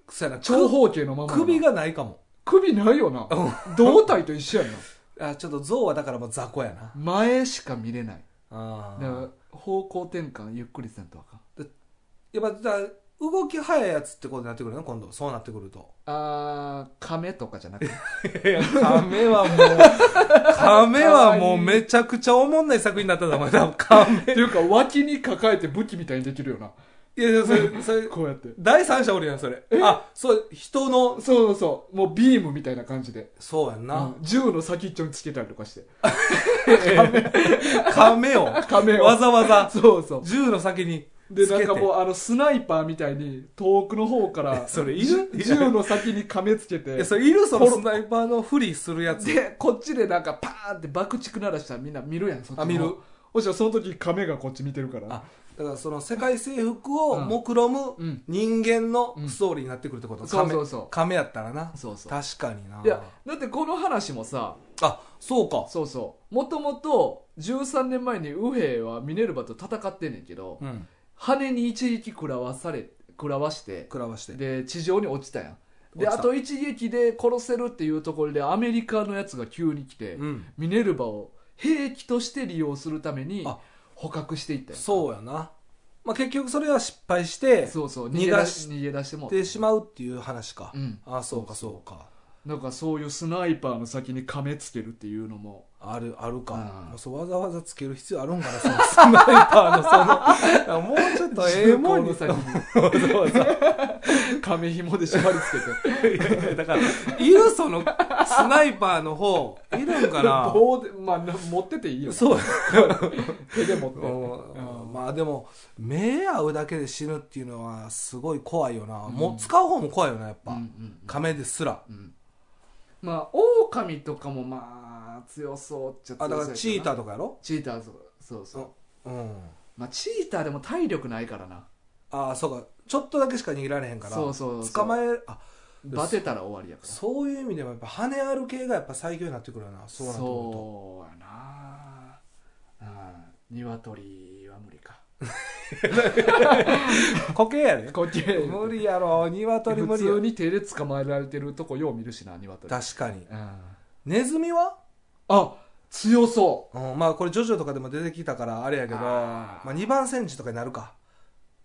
[SPEAKER 2] そうやな
[SPEAKER 1] 長方形のままやな
[SPEAKER 2] 首がないかも
[SPEAKER 1] 首ないよな胴体と一緒やな
[SPEAKER 2] あちょっと象はだからもう雑魚やな
[SPEAKER 1] 前しか見れない
[SPEAKER 2] あ
[SPEAKER 1] だ
[SPEAKER 2] ー
[SPEAKER 1] から方向転換ゆっくりせんとあかん
[SPEAKER 2] やっぱだから動き早いやつってことになってくるね今度そうなってくると
[SPEAKER 1] あー亀とかじゃなくて
[SPEAKER 2] カメ *laughs* はもうカメはもうめちゃくちゃおもんない作品になったぞお前多分カメ
[SPEAKER 1] っていうか脇に抱えて武器みたいにできるよない
[SPEAKER 2] やいやそれそれ
[SPEAKER 1] こうやって
[SPEAKER 2] 第三者おるやんそれあそう人の
[SPEAKER 1] そうそうそうもうビームみたいな感じで、
[SPEAKER 2] そうやん
[SPEAKER 1] う、
[SPEAKER 2] なん *laughs*
[SPEAKER 1] 銃の先っちょにつけたりとか *laughs* して
[SPEAKER 2] カメを
[SPEAKER 1] 亀を
[SPEAKER 2] わざわざ
[SPEAKER 1] そうそう
[SPEAKER 2] 銃の先に
[SPEAKER 1] で
[SPEAKER 2] つけ
[SPEAKER 1] なん
[SPEAKER 2] て
[SPEAKER 1] かもうあのスナイパーみたいに遠くの方から
[SPEAKER 2] *laughs* それいる
[SPEAKER 1] じゅ銃の先に亀つけて
[SPEAKER 2] えそれいるそのスナイパーのふりするやつ
[SPEAKER 1] でこっちでなんかパーンって爆竹鳴らしたらみんな見るやんそっちの
[SPEAKER 2] あ見る
[SPEAKER 1] おしゃその時亀がこっち見てるから
[SPEAKER 2] あだからその世界征服を
[SPEAKER 1] うん
[SPEAKER 2] 目論む
[SPEAKER 1] うん
[SPEAKER 2] 人間のストーリーになってくるってこと、
[SPEAKER 1] うん
[SPEAKER 2] 亀
[SPEAKER 1] そうそうそう
[SPEAKER 2] 亀やったらな
[SPEAKER 1] そうそう
[SPEAKER 2] 確かにない
[SPEAKER 1] やだってこの話もさ
[SPEAKER 2] あそうか
[SPEAKER 1] そうそうもともと13年前に右兵はミネルヴァと戦ってんねんけど、
[SPEAKER 2] うん
[SPEAKER 1] 羽に一撃食らわされ食らわして
[SPEAKER 2] 食らわして
[SPEAKER 1] で地上に落ちたやんで
[SPEAKER 2] 落ち
[SPEAKER 1] あ
[SPEAKER 2] た
[SPEAKER 1] と一撃で殺せるっていうところでアメリカのやつが急に来て、
[SPEAKER 2] うん
[SPEAKER 1] ミネルヴァを兵器として利用するために
[SPEAKER 2] あ
[SPEAKER 1] 捕獲していったやん
[SPEAKER 2] そうやな、まあ、結局それは失敗して
[SPEAKER 1] そうそう逃
[SPEAKER 2] 逃
[SPEAKER 1] げ
[SPEAKER 2] が
[SPEAKER 1] 出
[SPEAKER 2] し
[SPEAKER 1] し逃げ出しても
[SPEAKER 2] ってしまうっていう話か、
[SPEAKER 1] うん
[SPEAKER 2] あそうかそうか
[SPEAKER 1] なんかそういうスナイパーの先に亀つけるっていうのも
[SPEAKER 2] あるあるか、
[SPEAKER 1] うん
[SPEAKER 2] もうそうわざわざつける必要あるんかなそのスナイパーのそのもうちょっとええ
[SPEAKER 1] 自
[SPEAKER 2] も
[SPEAKER 1] 分
[SPEAKER 2] んに
[SPEAKER 1] の
[SPEAKER 2] さ
[SPEAKER 1] 先
[SPEAKER 2] わ
[SPEAKER 1] に
[SPEAKER 2] ざわざ
[SPEAKER 1] 亀紐で縛りつけて
[SPEAKER 2] *laughs* いやいやだからいるそのスナイパーの方いるんか *laughs* な
[SPEAKER 1] 棒で、まあ、な持ってていいよ
[SPEAKER 2] そう
[SPEAKER 1] 手で持って
[SPEAKER 2] *laughs* うん
[SPEAKER 1] うん
[SPEAKER 2] まあでも目合うだけで死ぬっていうのはすごい怖いよな、
[SPEAKER 1] うん
[SPEAKER 2] もう使う方も怖いよなやっぱ、
[SPEAKER 1] うんうん
[SPEAKER 2] 亀ですら
[SPEAKER 1] うんうんまあ狼とかもまあ強そうっちゃ強そ
[SPEAKER 2] あ
[SPEAKER 1] う
[SPEAKER 2] だからチータ
[SPEAKER 1] ー
[SPEAKER 2] ーとかやろ
[SPEAKER 1] チーターそうそうそう
[SPEAKER 2] うん
[SPEAKER 1] まあチーターでも体力ないからな
[SPEAKER 2] ああそうかちょっとだけしか逃げられへんから
[SPEAKER 1] そうそうそう
[SPEAKER 2] 捕まえあ
[SPEAKER 1] バテたら終わりやから
[SPEAKER 2] そういう意味でもやっぱ羽ある系がやっぱ最強になってくるよなそうなってくると
[SPEAKER 1] そうやなうん鶏は無理か
[SPEAKER 2] 苔やね
[SPEAKER 1] こっ *laughs* ち
[SPEAKER 2] 無理やろ鶏
[SPEAKER 1] 普
[SPEAKER 2] 無理や
[SPEAKER 1] 通に手で捕まえられてるとこよう見るしな鶏
[SPEAKER 2] 確かに
[SPEAKER 1] うん
[SPEAKER 2] ネズミは、
[SPEAKER 1] あ強そ
[SPEAKER 2] うん、まあこれジョジョとかでも出てきたからあれやけど
[SPEAKER 1] あー
[SPEAKER 2] まあ、2番センチとかになるか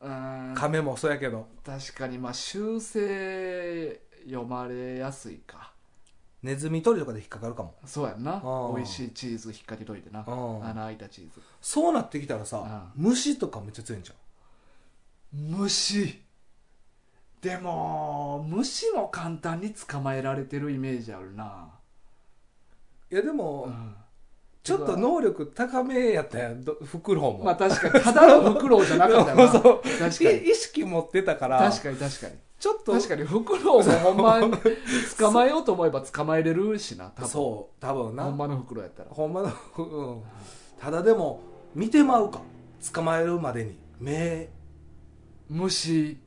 [SPEAKER 1] ううん
[SPEAKER 2] 亀もそうやけど
[SPEAKER 1] 確かにまあ修正読まれやすいか
[SPEAKER 2] ネズミ取りとかで引っかかるかも
[SPEAKER 1] そうやんな
[SPEAKER 2] ああ
[SPEAKER 1] 美味しいチーズ引っ掛けといてな
[SPEAKER 2] ああ
[SPEAKER 1] 穴開いたチーズ
[SPEAKER 2] そうなってきたらさ、虫とかめっちゃ強いんじゃん
[SPEAKER 1] 虫でも虫も簡単に捕まえられてるイメージあるない
[SPEAKER 2] やでも、
[SPEAKER 1] うん
[SPEAKER 2] ちょっと能力高めやったやんどフクロウも、
[SPEAKER 1] まあ確かにただのフクロウじゃなかったよ *laughs* な
[SPEAKER 2] そう
[SPEAKER 1] 確
[SPEAKER 2] そう
[SPEAKER 1] かに
[SPEAKER 2] い意識持ってたから
[SPEAKER 1] 確かに確かに
[SPEAKER 2] ちょっと
[SPEAKER 1] 確かにフクロウもほん *laughs* まに捕まえようと思えば捕まえれるしな多分
[SPEAKER 2] そう多分な
[SPEAKER 1] ほんまのフクロウやったら
[SPEAKER 2] ほんまの、うん、ただでも見てまうか捕まえるまでに目
[SPEAKER 1] 虫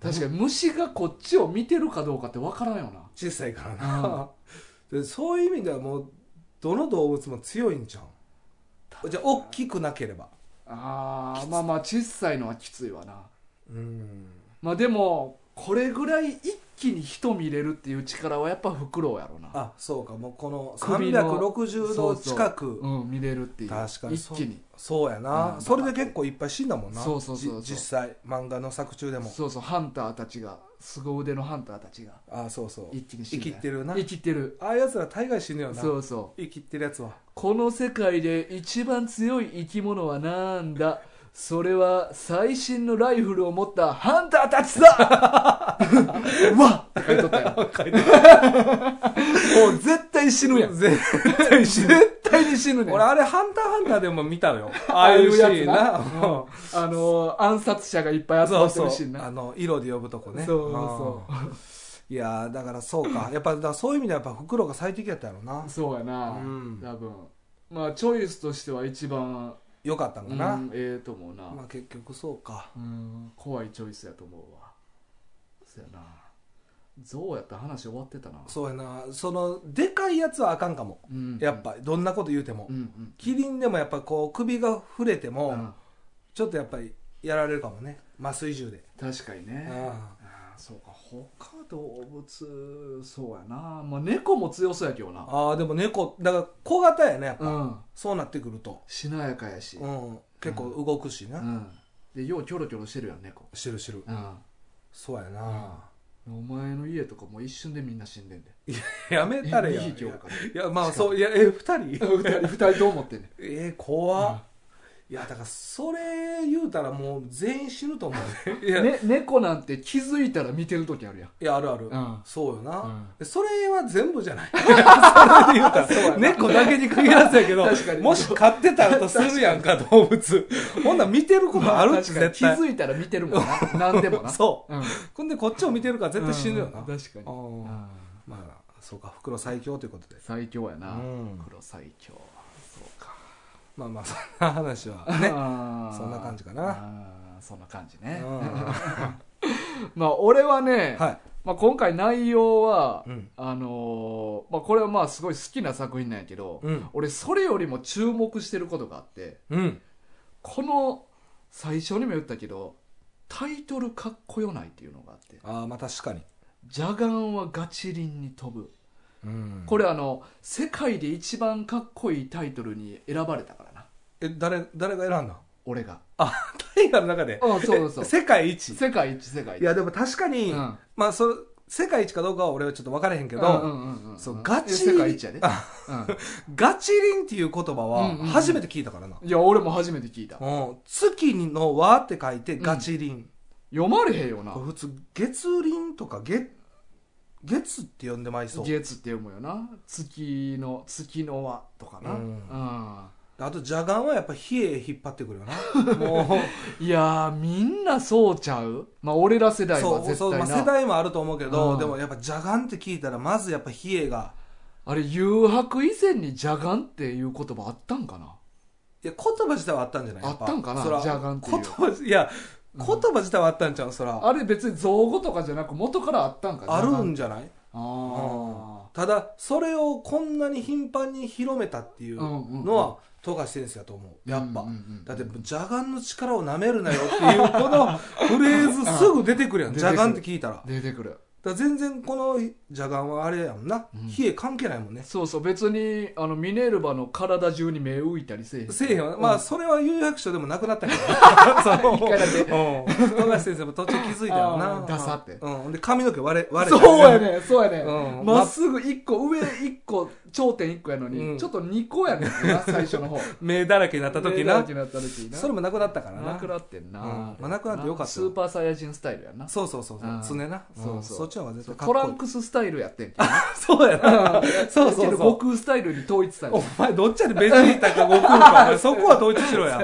[SPEAKER 1] 確かに虫がこっちを見てるかどうかって分からんよな
[SPEAKER 2] 小さいからな、 *laughs* でそういう意味ではもうどの動物も強いんじゃんじゃあ大きくなければ
[SPEAKER 1] あーまあまあ小さいのはきついわな
[SPEAKER 2] うん
[SPEAKER 1] まあでもこれぐらい一気に人見れるっていう力はやっぱフクロウやろな
[SPEAKER 2] あそうかもうこの
[SPEAKER 1] 首の
[SPEAKER 2] 360度近く
[SPEAKER 1] うん、見れるっていう
[SPEAKER 2] 確かに
[SPEAKER 1] 一
[SPEAKER 2] そう
[SPEAKER 1] 気に
[SPEAKER 2] そうやな、
[SPEAKER 1] うん
[SPEAKER 2] それで結構いっぱい死んだもんな
[SPEAKER 1] そうそうそうそう
[SPEAKER 2] じ実際漫画の作中でも
[SPEAKER 1] そうそうハンターたちが凄腕のハンターたちが
[SPEAKER 2] あそうそう
[SPEAKER 1] 一気に死んだ
[SPEAKER 2] 生きてるな
[SPEAKER 1] 生きてる
[SPEAKER 2] ああいうやつら大概死ぬよな
[SPEAKER 1] そうそう
[SPEAKER 2] 生きてるやつは
[SPEAKER 1] この世界で一番強い生き物はなんだそれは最新のライフルを持ったハンターたち
[SPEAKER 2] *laughs*
[SPEAKER 1] だうわっって書いとったよ
[SPEAKER 2] *laughs*
[SPEAKER 1] もう *laughs* 絶対死ぬやん
[SPEAKER 2] 絶対死ぬ
[SPEAKER 1] 絶対に死ぬねん
[SPEAKER 2] 俺
[SPEAKER 1] あ
[SPEAKER 2] あれ「ハンターハンター」でも
[SPEAKER 1] *laughs*
[SPEAKER 2] 見たよ *laughs* ああいうシーン
[SPEAKER 1] あ
[SPEAKER 2] な
[SPEAKER 1] あいうやつな
[SPEAKER 2] うん
[SPEAKER 1] の暗殺者がいっぱい集ま
[SPEAKER 2] そう
[SPEAKER 1] って
[SPEAKER 2] そ
[SPEAKER 1] るシー
[SPEAKER 2] う
[SPEAKER 1] ンな
[SPEAKER 2] あの色で呼ぶとこね
[SPEAKER 1] そうそう
[SPEAKER 2] いやーだからそうかやっぱだからそういう意味ではやっぱ袋が最適やったやろな
[SPEAKER 1] うそうやな、
[SPEAKER 2] うん
[SPEAKER 1] 多分まあチョイスとしては一番、
[SPEAKER 2] よかったの
[SPEAKER 1] う
[SPEAKER 2] か
[SPEAKER 1] ん
[SPEAKER 2] な、
[SPEAKER 1] ええと思うな、
[SPEAKER 2] まあ結局そうか
[SPEAKER 1] うん怖いチョイスやと思うわそやなゾウやったら話終わってたな
[SPEAKER 2] そうやなそのでかいやつはあかんかも
[SPEAKER 1] うん
[SPEAKER 2] やっぱどんなこと言うても、
[SPEAKER 1] うんうん
[SPEAKER 2] キリンでもやっぱこう首が触れても、
[SPEAKER 1] うん
[SPEAKER 2] ちょっとやっぱりやられるかもね麻酔銃で、
[SPEAKER 1] 確かにね
[SPEAKER 2] あ
[SPEAKER 1] あーそうか他動物そうやなまあ猫も強そうやけどな
[SPEAKER 2] あーでも猫だから小型やねやっぱ、
[SPEAKER 1] うん
[SPEAKER 2] そうなってくると、
[SPEAKER 1] しなやかやし
[SPEAKER 2] うん、結構動くしな、
[SPEAKER 1] うんでようキョロキョロしてるやん猫
[SPEAKER 2] 知る知る
[SPEAKER 1] うん
[SPEAKER 2] そうやな、
[SPEAKER 1] お前の家とかもう一瞬でみんな死んでんで
[SPEAKER 2] やめたらや
[SPEAKER 1] え
[SPEAKER 2] ん
[SPEAKER 1] 二匹おる
[SPEAKER 2] い
[SPEAKER 1] から
[SPEAKER 2] やまあそういやえ二人
[SPEAKER 1] 2人と思ってんねん
[SPEAKER 2] えー、怖っ、いやだからそれ言うたらもう全員死ぬと思うねい
[SPEAKER 1] *laughs*
[SPEAKER 2] や
[SPEAKER 1] ね猫なんて気づいたら見てる時あるやん
[SPEAKER 2] いやあるあ
[SPEAKER 1] う
[SPEAKER 2] る、
[SPEAKER 1] ん
[SPEAKER 2] そうよな、
[SPEAKER 1] う
[SPEAKER 2] それは全部じゃない *laughs* それで言うたら
[SPEAKER 1] そうやな
[SPEAKER 2] 猫だけに限らずやけど
[SPEAKER 1] 確かに
[SPEAKER 2] もし飼ってたらとするやんか動物ほんなら見てることあるって
[SPEAKER 1] 確かに
[SPEAKER 2] 絶
[SPEAKER 1] 気
[SPEAKER 2] 対、
[SPEAKER 1] づいたら見てるもん
[SPEAKER 2] *laughs*
[SPEAKER 1] な何でもな
[SPEAKER 2] そう
[SPEAKER 1] うん
[SPEAKER 2] ほんでこっちを見てるから絶対死ぬよな、
[SPEAKER 1] うん確かに
[SPEAKER 2] あー
[SPEAKER 1] うん
[SPEAKER 2] まあそうか袋最強ということで
[SPEAKER 1] 最強やな
[SPEAKER 2] うん
[SPEAKER 1] 黒最強そうか
[SPEAKER 2] まあまあそんな話は
[SPEAKER 1] ね
[SPEAKER 2] ねそんな感じかな
[SPEAKER 1] そんな感じ
[SPEAKER 2] う
[SPEAKER 1] ね
[SPEAKER 2] んは
[SPEAKER 1] まあ俺はね
[SPEAKER 2] い、はい
[SPEAKER 1] まあ、今回内容は、
[SPEAKER 2] うん
[SPEAKER 1] あのーまあ、これはまあすごい好きな作品なんやけど、
[SPEAKER 2] うん
[SPEAKER 1] 俺それよりも注目してることがあって
[SPEAKER 2] うん
[SPEAKER 1] この最初にも言ったけどタイトルかっこよないっていうのがあって
[SPEAKER 2] ああまあ確かに、
[SPEAKER 1] 「ジャガンはガチリンに飛ぶ」
[SPEAKER 2] うん
[SPEAKER 1] これあの世界で一番かっこいいタイトルに選ばれたからな
[SPEAKER 2] え誰誰が選んだ
[SPEAKER 1] 俺が
[SPEAKER 2] あ大河の中で
[SPEAKER 1] あそうそうそう
[SPEAKER 2] 世界一
[SPEAKER 1] 世界一世界
[SPEAKER 2] い
[SPEAKER 1] 一
[SPEAKER 2] やでも確かに、
[SPEAKER 1] うん
[SPEAKER 2] まあそれ世界一かどうかは俺はちょっと分からへんけど、
[SPEAKER 1] うんうんうんん
[SPEAKER 2] そうガチ
[SPEAKER 1] いや世界一やで、
[SPEAKER 2] あ
[SPEAKER 1] う
[SPEAKER 2] ガチリンっていう言葉
[SPEAKER 1] うんうんうん
[SPEAKER 2] は初めて聞いたからな、
[SPEAKER 1] ん、いや俺も初めて聞いた
[SPEAKER 2] うん月の和って書いてガチリン、
[SPEAKER 1] 読まれへんよな
[SPEAKER 2] これ普通月リンとか月月って呼んでまいそう
[SPEAKER 1] 月って読むよな月の月の輪とかな、
[SPEAKER 2] う
[SPEAKER 1] うんん
[SPEAKER 2] あと邪眼はやっぱ冷え引っ張ってくる
[SPEAKER 1] *laughs*
[SPEAKER 2] よなも
[SPEAKER 1] いやーみんなそうちゃうまあ俺ら世
[SPEAKER 2] う
[SPEAKER 1] 代は
[SPEAKER 2] そう
[SPEAKER 1] 絶
[SPEAKER 2] そう、
[SPEAKER 1] 対
[SPEAKER 2] ま
[SPEAKER 1] な
[SPEAKER 2] あ、世代もあると思うけど、
[SPEAKER 1] うん
[SPEAKER 2] でもやっぱ邪眼って聞いたらまずやっぱ冷えが
[SPEAKER 1] あれ誘白以前に邪眼っていう言葉あったんかない
[SPEAKER 2] や言葉自体はあったんじゃないや
[SPEAKER 1] あ
[SPEAKER 2] ぱ
[SPEAKER 1] ったんかな
[SPEAKER 2] そら
[SPEAKER 1] 邪眼っていう
[SPEAKER 2] 言葉自いや言葉自体はあったんちゃうそら、
[SPEAKER 1] あれ別に造語とかじゃなく元からあったんか
[SPEAKER 2] あるん
[SPEAKER 1] ん
[SPEAKER 2] じゃない
[SPEAKER 1] あ
[SPEAKER 2] ただそれをこんなに頻繁に広めたっていうのは富樫先生だと思う
[SPEAKER 1] ー
[SPEAKER 2] やっぱ
[SPEAKER 1] うんうん
[SPEAKER 2] だって「邪眼の力をなめるなよ」っていうこの *laughs* フレーズすぐ出てくるやん
[SPEAKER 1] 出てく
[SPEAKER 2] 邪
[SPEAKER 1] る
[SPEAKER 2] 眼って聞いたらだか
[SPEAKER 1] 出てくる
[SPEAKER 2] ら全然この邪眼はあれやもんな
[SPEAKER 1] うん
[SPEAKER 2] 冷え関係ないもんね
[SPEAKER 1] そうそう別にあのミネルヴァの体中に目浮いたりせえへん
[SPEAKER 2] せえへんわまあそれは有楽書でもなくな
[SPEAKER 1] *laughs*
[SPEAKER 2] ったけどその
[SPEAKER 1] 一回だけ
[SPEAKER 2] *laughs* うん富樫先生も途中気づいたよ
[SPEAKER 1] あ
[SPEAKER 2] な
[SPEAKER 1] ーダサって
[SPEAKER 2] うんで髪の毛割れ割れた
[SPEAKER 1] そうやねそうやね、
[SPEAKER 2] うん
[SPEAKER 1] まっすぐ1個上1個頂点1個やのに、
[SPEAKER 2] うん
[SPEAKER 1] ちょっと2個やねんな最初の方
[SPEAKER 2] 目だら *laughs* けになった時な
[SPEAKER 1] なった時な
[SPEAKER 2] それもなくなったから
[SPEAKER 1] な
[SPEAKER 2] な
[SPEAKER 1] くなってんな、
[SPEAKER 2] うんまあなくなってよかったよ
[SPEAKER 1] スーパーサイヤ人スタイルやな
[SPEAKER 2] そうそうそう
[SPEAKER 1] うん
[SPEAKER 2] そう常な
[SPEAKER 1] そうそうん
[SPEAKER 2] そっちの方が絶対かっ
[SPEAKER 1] ト
[SPEAKER 2] こいい
[SPEAKER 1] ランクススタイルやってんけ
[SPEAKER 2] そうやな。そうそ
[SPEAKER 1] ど
[SPEAKER 2] うそ
[SPEAKER 1] 悟
[SPEAKER 2] う。
[SPEAKER 1] 空スタイルに統一されて
[SPEAKER 2] お前、どっちやでベジータか悟空か。お
[SPEAKER 1] *laughs*
[SPEAKER 2] 前そこは統一しろや。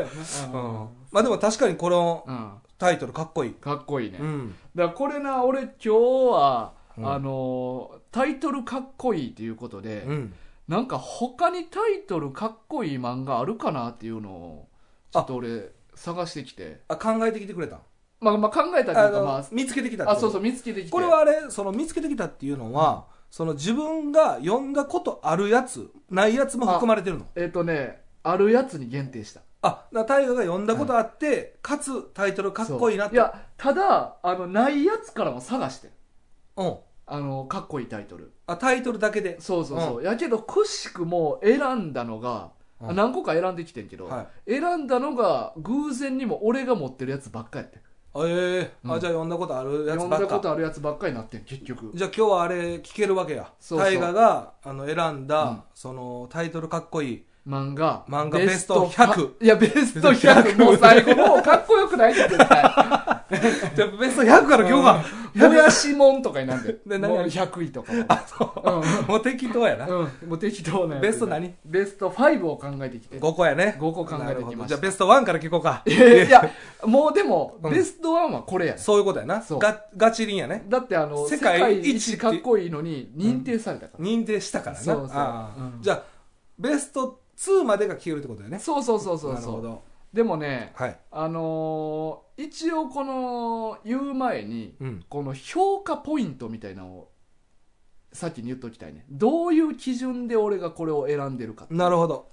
[SPEAKER 2] うん。まあでも確かにこの
[SPEAKER 1] うん
[SPEAKER 2] タイトルかっこいい。
[SPEAKER 1] かっこいいね、
[SPEAKER 2] う
[SPEAKER 1] だから
[SPEAKER 2] ん。
[SPEAKER 1] これな俺今日は、
[SPEAKER 2] うん
[SPEAKER 1] あのータイトルかっこいいっていうことで、
[SPEAKER 2] うん。
[SPEAKER 1] なんか他にタイトルかっこいい漫画あるかなっていうのをちょっと俺探してきて
[SPEAKER 2] あ、考えてきてくれた
[SPEAKER 1] まあまあ考えたとい
[SPEAKER 2] あ
[SPEAKER 1] うかま
[SPEAKER 2] の、見つけてきたって
[SPEAKER 1] ああ
[SPEAKER 2] こと
[SPEAKER 1] そうそう見つけてきて
[SPEAKER 2] これはあれ、その見つけてきたっていうのは、その自分が読んだことあるやつ、ないやつも含まれてるの。
[SPEAKER 1] えっ、とねあるやつに限定した
[SPEAKER 2] あな大河が読んだことあって、かつタイトルかっこいいな
[SPEAKER 1] そう
[SPEAKER 2] と
[SPEAKER 1] いやただあのないやつからも探して
[SPEAKER 2] うん、
[SPEAKER 1] あのかっこいいタイトル
[SPEAKER 2] あタイトルだけで
[SPEAKER 1] そうそうそう、やけどくしくも選んだのが、
[SPEAKER 2] うん
[SPEAKER 1] 何個か選んできてんけど、
[SPEAKER 2] はい
[SPEAKER 1] 選んだのが偶然にも俺が持ってるやつばっかやってん
[SPEAKER 2] あええ
[SPEAKER 1] う
[SPEAKER 2] あ
[SPEAKER 1] ん
[SPEAKER 2] じゃあ読んだことあるや
[SPEAKER 1] 読
[SPEAKER 2] つ
[SPEAKER 1] ん
[SPEAKER 2] ば
[SPEAKER 1] だ
[SPEAKER 2] っ
[SPEAKER 1] こ
[SPEAKER 2] か
[SPEAKER 1] とあるやつばっかりになってん結局
[SPEAKER 2] じゃあ今日はあれ聞けるわけや
[SPEAKER 1] そうそう
[SPEAKER 2] 大河があの選んだ、
[SPEAKER 1] うん
[SPEAKER 2] そのタイトルかっ
[SPEAKER 1] *laughs*
[SPEAKER 2] こいい
[SPEAKER 1] 漫画
[SPEAKER 2] 漫画ベスト100
[SPEAKER 1] いやベスト100もう最後もうかっこよくないって絶
[SPEAKER 2] *laughs*
[SPEAKER 1] 対
[SPEAKER 2] じゃあベスト100から今日は、
[SPEAKER 1] もやしもんとかになんで
[SPEAKER 2] *laughs* で何
[SPEAKER 1] もう100位とかも
[SPEAKER 2] *laughs* あそう、もう適当やな、
[SPEAKER 1] うんもう適当なやつ
[SPEAKER 2] ベスト何
[SPEAKER 1] ベスト5を考えてきて
[SPEAKER 2] 5個やね
[SPEAKER 1] 五個考えてきました
[SPEAKER 2] なるほどじゃあベスト1から聞こ
[SPEAKER 1] *laughs*
[SPEAKER 2] うか
[SPEAKER 1] いやいやもうでも
[SPEAKER 2] うん
[SPEAKER 1] ベスト1はこれやね
[SPEAKER 2] そういうことやな
[SPEAKER 1] そう
[SPEAKER 2] ガガチリンやね
[SPEAKER 1] だってあの世
[SPEAKER 2] 世界
[SPEAKER 1] 界
[SPEAKER 2] 一
[SPEAKER 1] 一かっこいいのに認定されたから
[SPEAKER 2] 認定したからな
[SPEAKER 1] そうそう
[SPEAKER 2] ああ
[SPEAKER 1] うん
[SPEAKER 2] じゃあベスト2までが消えるってことやね
[SPEAKER 1] そうそうそうそう
[SPEAKER 2] なるほ
[SPEAKER 1] そう
[SPEAKER 2] ど
[SPEAKER 1] でもね
[SPEAKER 2] はい、
[SPEAKER 1] あのー一応この言う前に
[SPEAKER 2] うん、
[SPEAKER 1] この評価ポイントみたいなのを先に言っときたいねどういう基準で俺がこれを選んでるか
[SPEAKER 2] なるほど、